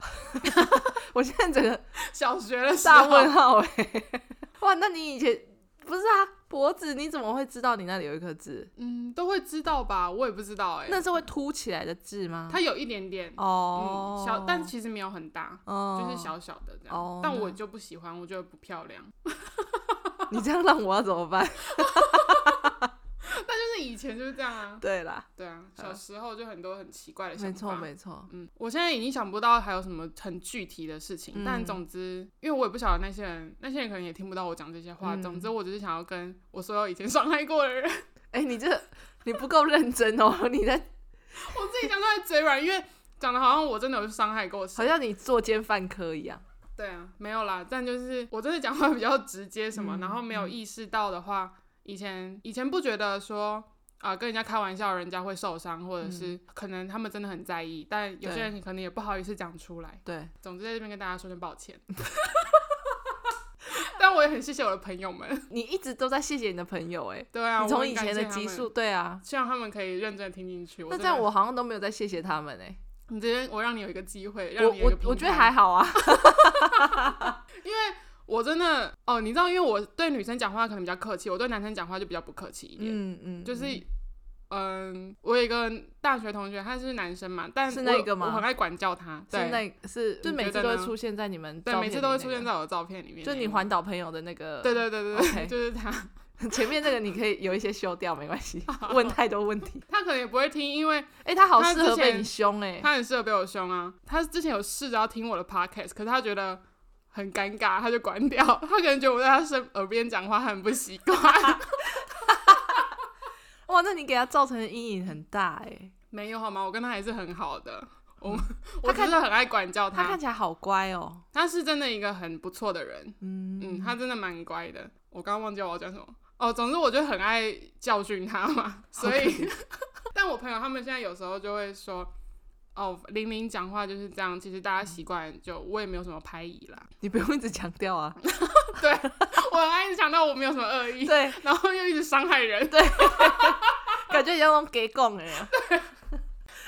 [SPEAKER 2] 我现在整个
[SPEAKER 1] 小学的时
[SPEAKER 2] 大
[SPEAKER 1] 候，
[SPEAKER 2] 问号哎、 哇，那你以前不是啊？脖子你怎么会知道你那里有一颗痣？
[SPEAKER 1] 嗯，都会知道吧？我也不知道哎、
[SPEAKER 2] 那是会凸起来的痣吗？
[SPEAKER 1] 它有一点点，
[SPEAKER 2] 哦、
[SPEAKER 1] 嗯，小，但其实没有很大，
[SPEAKER 2] 哦
[SPEAKER 1] 就是。小小的这样。
[SPEAKER 2] 哦
[SPEAKER 1] 但
[SPEAKER 2] 那
[SPEAKER 1] 我就不喜欢，我觉得不漂亮。
[SPEAKER 2] 你这样让我要怎么办？
[SPEAKER 1] 但是以前就是这样啊，
[SPEAKER 2] 对啦，
[SPEAKER 1] 对啊，
[SPEAKER 2] 呃
[SPEAKER 1] 小时候就很多很奇怪的想
[SPEAKER 2] 没错
[SPEAKER 1] 法。
[SPEAKER 2] 没错。
[SPEAKER 1] 嗯，我现在已经想不到还有什么很具体的事情，
[SPEAKER 2] 嗯
[SPEAKER 1] 但总之，因为我也不晓得那些人，那些人可能也听不到我讲这些话。
[SPEAKER 2] 嗯
[SPEAKER 1] 总之，我只是想要跟我所有以前伤害过的人，
[SPEAKER 2] 哎、你这你不够认真哦， 你在
[SPEAKER 1] 我自己讲出来嘴软，因为讲的好像我真的有伤害过谁。
[SPEAKER 2] 好像你作奸犯科一样。
[SPEAKER 1] 对啊，没有啦，但就是我真的讲话比较直接什么，
[SPEAKER 2] 嗯
[SPEAKER 1] 然后没有意识到的话，以前以前不觉得说啊、跟人家开玩笑人家会受伤，或者是可能他们真的很在意，但有些
[SPEAKER 2] 嗯对
[SPEAKER 1] 人可能也不好意思讲出来。
[SPEAKER 2] 对，
[SPEAKER 1] 总之在这边跟大家说声抱歉。但我也很谢谢我的朋友们。
[SPEAKER 2] 你一直都在谢谢你的朋友、欸，
[SPEAKER 1] 对啊，
[SPEAKER 2] 你
[SPEAKER 1] 我
[SPEAKER 2] 从
[SPEAKER 1] 很
[SPEAKER 2] 以
[SPEAKER 1] 感
[SPEAKER 2] 前的
[SPEAKER 1] 谢他
[SPEAKER 2] 集
[SPEAKER 1] 们
[SPEAKER 2] 数，，对啊。
[SPEAKER 1] 希望他们可以认真地听进去。
[SPEAKER 2] 那
[SPEAKER 1] 真
[SPEAKER 2] 这样
[SPEAKER 1] 的
[SPEAKER 2] 我好像都没有在谢谢他们哎、
[SPEAKER 1] 你这边我让你有一个机会，
[SPEAKER 2] 我
[SPEAKER 1] 让你有一个
[SPEAKER 2] 我我
[SPEAKER 1] 平
[SPEAKER 2] 觉得
[SPEAKER 1] 台
[SPEAKER 2] 还好啊，
[SPEAKER 1] 我真的哦，你知道，因为我对女生讲话可能比较客气，我对男生讲话就比较不客气一点。
[SPEAKER 2] 嗯嗯，
[SPEAKER 1] 就是
[SPEAKER 2] 嗯
[SPEAKER 1] 嗯，我有一个大学同学，他是男生嘛，但
[SPEAKER 2] 是
[SPEAKER 1] 我
[SPEAKER 2] 那
[SPEAKER 1] 有
[SPEAKER 2] 个吗
[SPEAKER 1] 我很爱管教他，
[SPEAKER 2] 是
[SPEAKER 1] 对
[SPEAKER 2] 那是就
[SPEAKER 1] 你
[SPEAKER 2] 每
[SPEAKER 1] 觉
[SPEAKER 2] 次
[SPEAKER 1] 得
[SPEAKER 2] 都会
[SPEAKER 1] 呢
[SPEAKER 2] 出现在你们
[SPEAKER 1] 对，
[SPEAKER 2] 照
[SPEAKER 1] 每
[SPEAKER 2] 片
[SPEAKER 1] 次都会
[SPEAKER 2] 里
[SPEAKER 1] 出
[SPEAKER 2] 那
[SPEAKER 1] 现
[SPEAKER 2] 个
[SPEAKER 1] 在我的照片里面那
[SPEAKER 2] 就
[SPEAKER 1] 个。
[SPEAKER 2] 你环岛朋友的那个，
[SPEAKER 1] 对对对对对
[SPEAKER 2] OK
[SPEAKER 1] 就是他，
[SPEAKER 2] 前面那个你可以有一些修掉，没关系。问太多问题，
[SPEAKER 1] 他可能也不会听，因为
[SPEAKER 2] 哎、他好
[SPEAKER 1] 他
[SPEAKER 2] 适合
[SPEAKER 1] 之
[SPEAKER 2] 被
[SPEAKER 1] 前
[SPEAKER 2] 你凶哎、
[SPEAKER 1] 他很适合被我凶啊。他之前有试着要听我的 podcast，可是他觉得很尴尬，他就关掉。 他可能觉得我在他身耳边讲话他很不习惯。
[SPEAKER 2] 哇，那你给他造成的阴影很大哎、
[SPEAKER 1] 没有好吗？我跟他还是很好的， 我我
[SPEAKER 2] 嗯他看
[SPEAKER 1] 真的很爱管教
[SPEAKER 2] 他看起来好乖哦，
[SPEAKER 1] 他是真的一个很不错的人，
[SPEAKER 2] 嗯
[SPEAKER 1] 嗯，他真的蛮乖的。我刚刚忘记我要讲什么哦，总之我就很爱教训他 嘛，所以， 但我朋友他们现在有时候就会说，哦，玲玲讲话就是这样，其实大家习惯就我也没有什么拍疑啦，
[SPEAKER 2] 你不用一直强调啊，哦
[SPEAKER 1] 我很爱一直强调我没有什么恶 意，
[SPEAKER 2] 对，
[SPEAKER 1] 然后又一直伤害人。
[SPEAKER 2] 感觉有种给拱哎，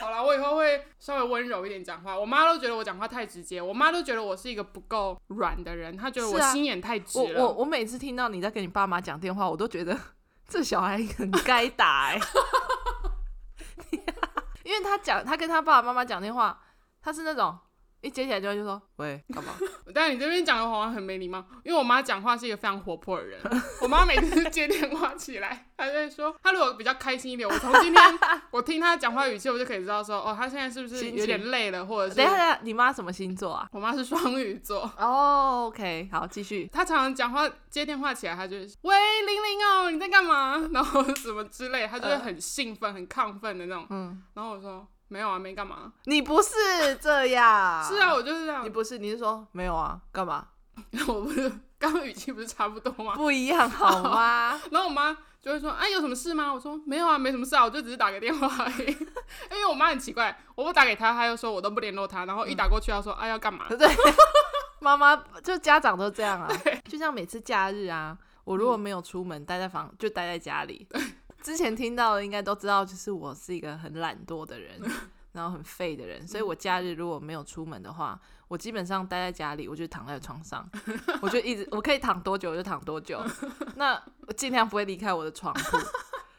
[SPEAKER 1] 好啦，我以后会稍微温柔一点讲话。我妈都觉得我讲话太直接，我妈都觉得我是一个不够软的人，她觉得我
[SPEAKER 2] 是啊
[SPEAKER 1] 心眼太直
[SPEAKER 2] 我
[SPEAKER 1] 了。
[SPEAKER 2] 我我每次听到你在跟你爸妈讲电话，我都觉得 这小孩很该打哎、 因为他讲他跟他爸爸妈妈讲电话，他是那种一接起来就会就说喂干 嘛，
[SPEAKER 1] 但你这边讲的好像很没礼貌，因为我妈讲话是一个非常活泼的人。我妈每次接电话起来，她就会说，她如果比较开心一点，我从今天我听她讲话语气，我就可以知道说，哦，她现在是不是
[SPEAKER 2] 心情
[SPEAKER 1] 有点累了， 或者
[SPEAKER 2] 等一下等一
[SPEAKER 1] 是
[SPEAKER 2] 下，你妈什么星座啊？
[SPEAKER 1] 我妈是双鱼座。
[SPEAKER 2] 哦、o k 好，继续。
[SPEAKER 1] 她常常讲话接电话起来，她就会说喂玲玲哦，你在干嘛？ 然后什么之类，她就会很兴奋、很亢奋的那种。
[SPEAKER 2] 嗯，
[SPEAKER 1] 然后我说没有啊，没干嘛。
[SPEAKER 2] 你不是这样，
[SPEAKER 1] 是啊，，我就是这样
[SPEAKER 2] 你。不是，你是说没有啊？干嘛？
[SPEAKER 1] 我不是刚刚语气不是差不多吗？
[SPEAKER 2] 不一样好吗？
[SPEAKER 1] 然后我妈就会说：“哎、有什么事吗？”我说：“没有啊，没什么事啊，我就只是打个电话而已。” 因为我妈很奇怪，我不打给她，她又说我都不联络她，然后一打过去，她说：“哎、要干嘛
[SPEAKER 2] 对，妈妈就家长都这样啊，就像每次假日啊，我如果没有出门，待在房就待在家里。之前听到的应该都知道，就是我是一个很懒惰的人，然后很废的人，所以我假日如果没有出门的话，我基本上待在家里，我就躺在床上，我就一直我可以躺多久我就躺多久，那我尽量不会离开我的床铺。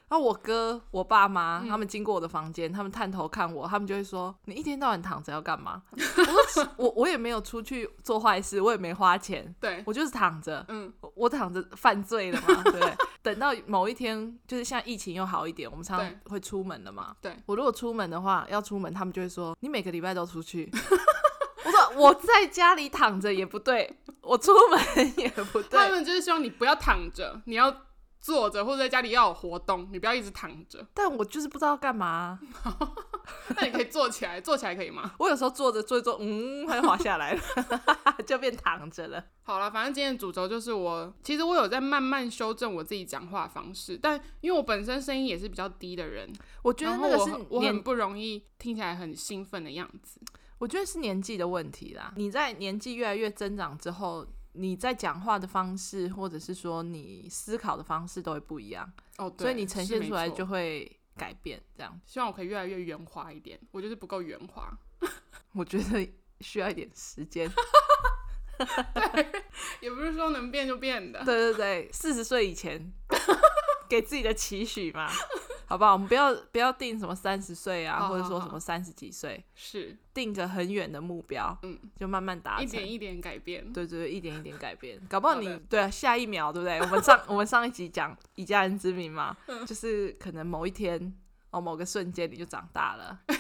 [SPEAKER 2] 然后我哥、我爸妈他们经过我的房间，他们探头看我，他们就会说：“你一天到晚躺着要干嘛？”我说我我也没有出去做坏事，我也没花钱，？”
[SPEAKER 1] 对，
[SPEAKER 2] 我就是躺着，
[SPEAKER 1] 嗯，
[SPEAKER 2] 我我躺着犯罪了嘛，对不对？ 等到某一天，就是像疫情又好一点，我们常常会出门的嘛。
[SPEAKER 1] 对
[SPEAKER 2] 我如果出门的话，要出门，他们就会说你每个礼拜都出去。 我说我在家里躺着也不对，我出门也不
[SPEAKER 1] 他
[SPEAKER 2] 对。
[SPEAKER 1] 们就是希望你不要躺着，你要坐着或者在家里要有活动，你不要一直躺 着。
[SPEAKER 2] 但我就是不知道干嘛啊、
[SPEAKER 1] 那你可以坐起来，坐起来可以吗？
[SPEAKER 2] 我有时候坐着坐一坐，嗯，它就滑下来了， 就变躺着了。
[SPEAKER 1] 好了，反正今天的主轴就是我，其实我有在慢慢修正我自己讲话方式，但因为我本身声音也是比较低的人，
[SPEAKER 2] 我觉得
[SPEAKER 1] 然
[SPEAKER 2] 那
[SPEAKER 1] 后
[SPEAKER 2] 个
[SPEAKER 1] 我
[SPEAKER 2] 是
[SPEAKER 1] 很我
[SPEAKER 2] 年
[SPEAKER 1] 很不容易听起来很兴奋的样子。
[SPEAKER 2] 我觉得是年纪的问题啦。你在年纪越来越增长之后，你在讲话的方式，或者是说你思考的方式都会不一样，
[SPEAKER 1] 哦，对
[SPEAKER 2] 所以你呈现
[SPEAKER 1] 是
[SPEAKER 2] 出
[SPEAKER 1] 没
[SPEAKER 2] 来
[SPEAKER 1] 错
[SPEAKER 2] 就会改变。这样，
[SPEAKER 1] 希望我可以越来越圆滑一点，我就是不够圆滑，
[SPEAKER 2] 我觉得需要一点时 间。
[SPEAKER 1] 也不是说能变就变的。
[SPEAKER 2] 对对对，四十岁以 前给自己的期许嘛，好不好？我们不要不要定什么三十岁啊，
[SPEAKER 1] 好
[SPEAKER 2] 或者
[SPEAKER 1] 好
[SPEAKER 2] 说
[SPEAKER 1] 好
[SPEAKER 2] 什么三十几岁，
[SPEAKER 1] 是
[SPEAKER 2] 定个很远的目标，
[SPEAKER 1] 嗯，
[SPEAKER 2] 就慢慢达
[SPEAKER 1] 一
[SPEAKER 2] 成。
[SPEAKER 1] 点一点改变。
[SPEAKER 2] 对对，对，一点一点改变，搞不好
[SPEAKER 1] 好
[SPEAKER 2] 你
[SPEAKER 1] 的
[SPEAKER 2] 对啊，下一秒对不对？我们上我们上一集讲以家人之名嘛，
[SPEAKER 1] 嗯
[SPEAKER 2] 就是可能某一天哦，某个瞬间你就长大了。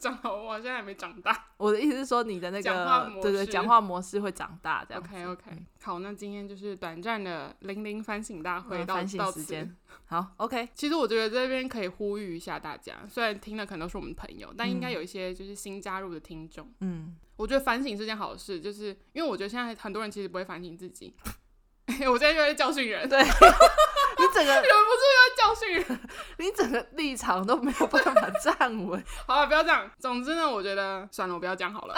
[SPEAKER 1] 长好，我好像还没长大。
[SPEAKER 2] 我的意思是说，你的那
[SPEAKER 1] 讲话
[SPEAKER 2] 个
[SPEAKER 1] 模
[SPEAKER 2] 对对
[SPEAKER 1] 式
[SPEAKER 2] 讲话模式会长大，这样
[SPEAKER 1] OK
[SPEAKER 2] 子嗯
[SPEAKER 1] OK，、好，那今天就是短暂的零零反省大会
[SPEAKER 2] 嗯
[SPEAKER 1] 到、
[SPEAKER 2] 反省
[SPEAKER 1] 到
[SPEAKER 2] 时
[SPEAKER 1] 此
[SPEAKER 2] 间。好，OK，
[SPEAKER 1] 其实我觉得这边可以呼吁一下大家，虽然听的可能都是我们朋友，但应该有一些就是新加入的听众。
[SPEAKER 2] 嗯，
[SPEAKER 1] 我觉得反省是件好事，就是因为我觉得现在很多人其实不会反省自己。 我现在越来越教训人，
[SPEAKER 2] 对你整个
[SPEAKER 1] 忍不住要教训人。
[SPEAKER 2] 你整个立场都没有办法 站稳，
[SPEAKER 1] 好了，不要这样。总之呢，我觉得算了，我不要讲好了。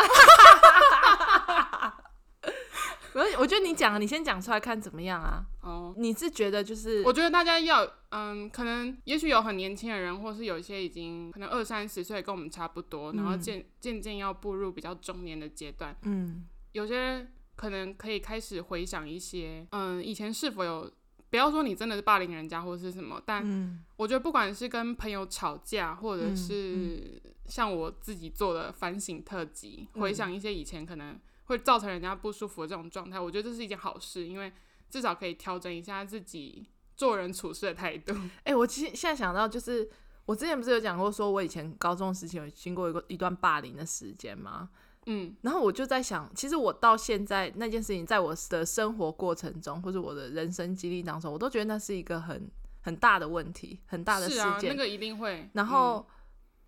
[SPEAKER 2] 没关系我觉得你讲，你先讲出来看怎么样啊？
[SPEAKER 1] 哦，
[SPEAKER 2] 你是觉得就是
[SPEAKER 1] 我觉得大家要，嗯，可能也许有很年轻的人，或是有一些已经可能二三十岁跟我们差不多，然后
[SPEAKER 2] 嗯
[SPEAKER 1] 渐渐渐要步入比较中年的阶段，
[SPEAKER 2] 嗯
[SPEAKER 1] 有些可能可以开始回想一些，嗯，以前是否有。不要说你真的是霸凌人家或是什么，但
[SPEAKER 2] 嗯
[SPEAKER 1] 我觉得不管是跟朋友吵架，或者
[SPEAKER 2] 嗯
[SPEAKER 1] 是像我自己做的反省特辑，
[SPEAKER 2] 嗯
[SPEAKER 1] 回想一些以前可能会造成人家不舒服的这种状态，我觉得这是一件好事，因为至少可以调整一下自己做人处事的态度。
[SPEAKER 2] 哎、我其实现在想到，就是我之前不是有讲过，说我以前高中时期有经过一个一段霸凌的时间吗？
[SPEAKER 1] 嗯
[SPEAKER 2] 然后我就在想，其实我到现在那件事情，在我的生活过程中，或者我的人生经历当中，我都觉得那是一个很很大的问题，很 大的事
[SPEAKER 1] 是啊，
[SPEAKER 2] 件。
[SPEAKER 1] 那个一定会。嗯
[SPEAKER 2] 然后、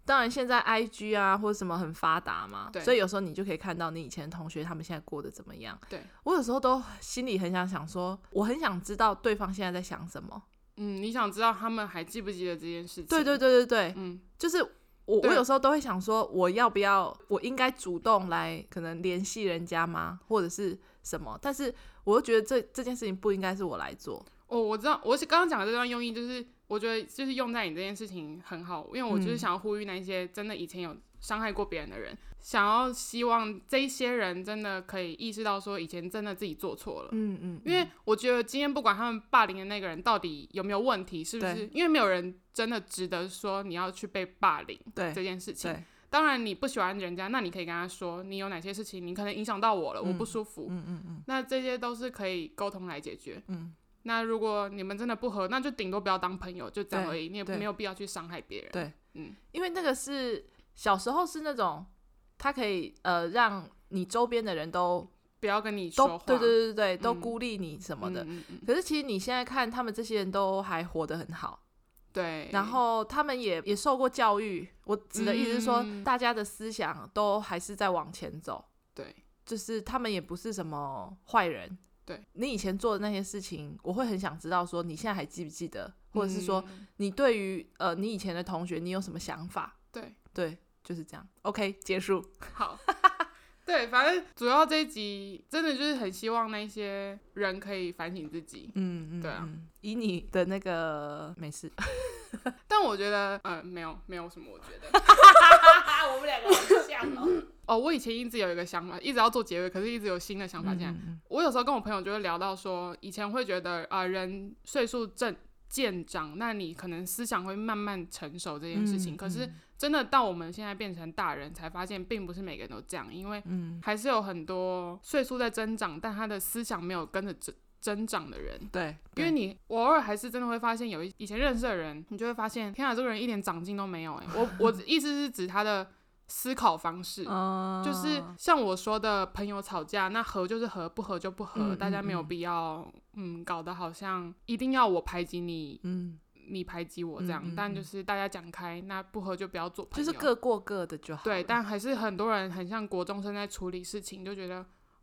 [SPEAKER 2] 当然现在 I G 啊或者什么很发达嘛，
[SPEAKER 1] 对
[SPEAKER 2] 所以有时候你就可以看到你以前的同学他们现在过得怎么样。
[SPEAKER 1] 对
[SPEAKER 2] 我有时候都心里很想想说，我很想知道对方现在在想什么。
[SPEAKER 1] 嗯，嗯，你想知道他们还记不记得这件事情？
[SPEAKER 2] 对对，对对对，
[SPEAKER 1] 嗯，
[SPEAKER 2] 就是我
[SPEAKER 1] 对
[SPEAKER 2] 我有时候都会想说，我要不要我应该主动来可能联系人家吗，或者是什么？但是我又觉得这这件事情不应该是我来做。
[SPEAKER 1] 哦，我知道，我刚刚讲的这段用意就是，我觉得就是用在你这件事情很好，因为我就是
[SPEAKER 2] 嗯
[SPEAKER 1] 想要呼吁那些真的以前有伤害过别人的人，想要希望这一些人真的可以意识到说以前真的自己做错了。
[SPEAKER 2] 嗯嗯，
[SPEAKER 1] 因为我觉得今天不管他们霸凌的那个人到底有没有问题，是不是？因为没有人真的值得说你要去被霸凌
[SPEAKER 2] 对
[SPEAKER 1] 这件事情。
[SPEAKER 2] 对，
[SPEAKER 1] 当然你不喜欢人家，那你可以跟他说你有哪些事情你可能影响到我了，我不
[SPEAKER 2] 嗯
[SPEAKER 1] 舒服。
[SPEAKER 2] 嗯嗯嗯
[SPEAKER 1] 那这些都是可以沟通来解决。
[SPEAKER 2] 嗯，
[SPEAKER 1] 那如果你们真的不合，那就顶多不要当朋友，就这样而已。你也
[SPEAKER 2] 对
[SPEAKER 1] 没有必要去伤害别人。
[SPEAKER 2] 对，
[SPEAKER 1] 嗯，
[SPEAKER 2] 因为那个是小时候是那种，他可以呃让你周边的人都
[SPEAKER 1] 不要跟你说
[SPEAKER 2] 都
[SPEAKER 1] 话。
[SPEAKER 2] 对对对对都
[SPEAKER 1] 嗯
[SPEAKER 2] 孤立你什么的。
[SPEAKER 1] 嗯嗯嗯
[SPEAKER 2] 可是其实你现在看他们这些人都还活得很好，
[SPEAKER 1] 对。
[SPEAKER 2] 然后他们也也受过教育。我指的意思是说，
[SPEAKER 1] 嗯
[SPEAKER 2] 大家的思想都还是在往前走，
[SPEAKER 1] 对
[SPEAKER 2] 就是他们也不是什么坏人。
[SPEAKER 1] 对
[SPEAKER 2] 你以前做的那些事情，我会很想知道，说你现在还记不记得，或者是说
[SPEAKER 1] 嗯
[SPEAKER 2] 你对于呃你以前的同学，你有什么想法？
[SPEAKER 1] 对，
[SPEAKER 2] 对，就是这样。OK，结束。
[SPEAKER 1] 好。 对，反正主要这一集真的就是很希望那些人可以反省自己，
[SPEAKER 2] 嗯嗯，
[SPEAKER 1] 对啊
[SPEAKER 2] 嗯，以你的那个没事，
[SPEAKER 1] 但我觉得，呃，没有，没有什么，我觉得，
[SPEAKER 2] 我们两个很像哦。
[SPEAKER 1] 哦，我以前一直有一个想法，一直要做结尾，可是一直有新的想法
[SPEAKER 2] 嗯
[SPEAKER 1] 进来。我有时候跟我朋友就会聊到说，以前会觉得啊、人岁数正渐长，那你可能思想会慢慢成熟这件事情。
[SPEAKER 2] 嗯
[SPEAKER 1] 可是
[SPEAKER 2] 嗯
[SPEAKER 1] 真的到我们现在变成大人，才发现并不是每个人都这样，因为
[SPEAKER 2] 嗯，
[SPEAKER 1] 还是有很多岁数在增长，但他的思想没有跟着增增长的人。
[SPEAKER 2] 对，
[SPEAKER 1] 因为你我偶尔还是真的会发现，有一以前认识的人，你就会发现，天啊，这个人一点长进都没有、欸。我我的意思是指他的思考方式，
[SPEAKER 2] 嗯
[SPEAKER 1] 就是像我说的，朋友吵架，那合就是合，不合就不合，
[SPEAKER 2] 嗯
[SPEAKER 1] 大家
[SPEAKER 2] 嗯
[SPEAKER 1] 没有
[SPEAKER 2] 嗯
[SPEAKER 1] 必要，嗯，搞得好像一定要我排挤你，
[SPEAKER 2] 嗯，
[SPEAKER 1] 你排挤我这样。
[SPEAKER 2] 嗯嗯
[SPEAKER 1] 但就
[SPEAKER 2] 嗯
[SPEAKER 1] 是大家讲开，那不合就不要做朋
[SPEAKER 2] 就
[SPEAKER 1] 友。
[SPEAKER 2] 是各过各的就好了。
[SPEAKER 1] 对，但还是很多人很像国中生在处理事情，就觉得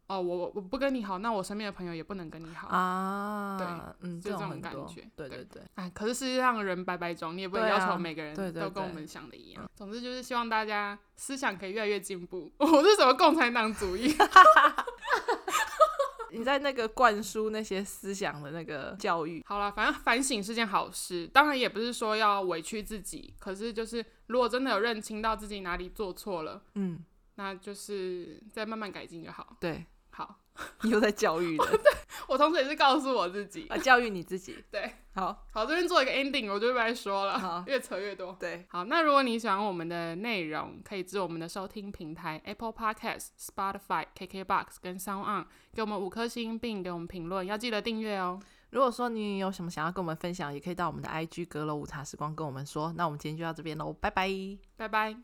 [SPEAKER 1] 哦，我我我不跟你好，那我身边的朋友也不能跟你好。
[SPEAKER 2] 啊，嗯，
[SPEAKER 1] 就这
[SPEAKER 2] 种
[SPEAKER 1] 种
[SPEAKER 2] 很
[SPEAKER 1] 感
[SPEAKER 2] 多
[SPEAKER 1] 觉
[SPEAKER 2] 对
[SPEAKER 1] 对
[SPEAKER 2] 对对，
[SPEAKER 1] 哎，可是世界上的人百百种，你也不能
[SPEAKER 2] 对
[SPEAKER 1] 要
[SPEAKER 2] 啊
[SPEAKER 1] 求每个人
[SPEAKER 2] 对对
[SPEAKER 1] 都跟我
[SPEAKER 2] 对
[SPEAKER 1] 们想的一样。总之就是希望大家思想可以越来越进步。 我是什么共产党主义？
[SPEAKER 2] 你在那个灌输那些思想的那个教育，
[SPEAKER 1] 好啦，反正反省是件好事，当然也不是说要委屈自己，可是就是如果真的有认清到自己哪里做错了，
[SPEAKER 2] 嗯，
[SPEAKER 1] 那就是再慢慢改进就好。
[SPEAKER 2] 对，
[SPEAKER 1] 好，
[SPEAKER 2] 你又在教 育人
[SPEAKER 1] 我同时也是告诉我自己，
[SPEAKER 2] 啊，教育你自 己。
[SPEAKER 1] 对，
[SPEAKER 2] 好，
[SPEAKER 1] 好，这边做一个 ending，我就不再说了
[SPEAKER 2] 好，
[SPEAKER 1] 越扯越多。
[SPEAKER 2] 对，
[SPEAKER 1] 好，那如果你喜欢我们的内容，可以至我们的收听平台 Apple Podcast、Spotify、KKBox 跟 Sound On 给我们五颗星，并给我们评论，要记得订阅哦。
[SPEAKER 2] 如果说你有什么想要跟我们分享，也可以到我们的 IG 阁楼午茶时光跟我们说。那我们今天就到这边喽，拜拜。
[SPEAKER 1] 拜拜。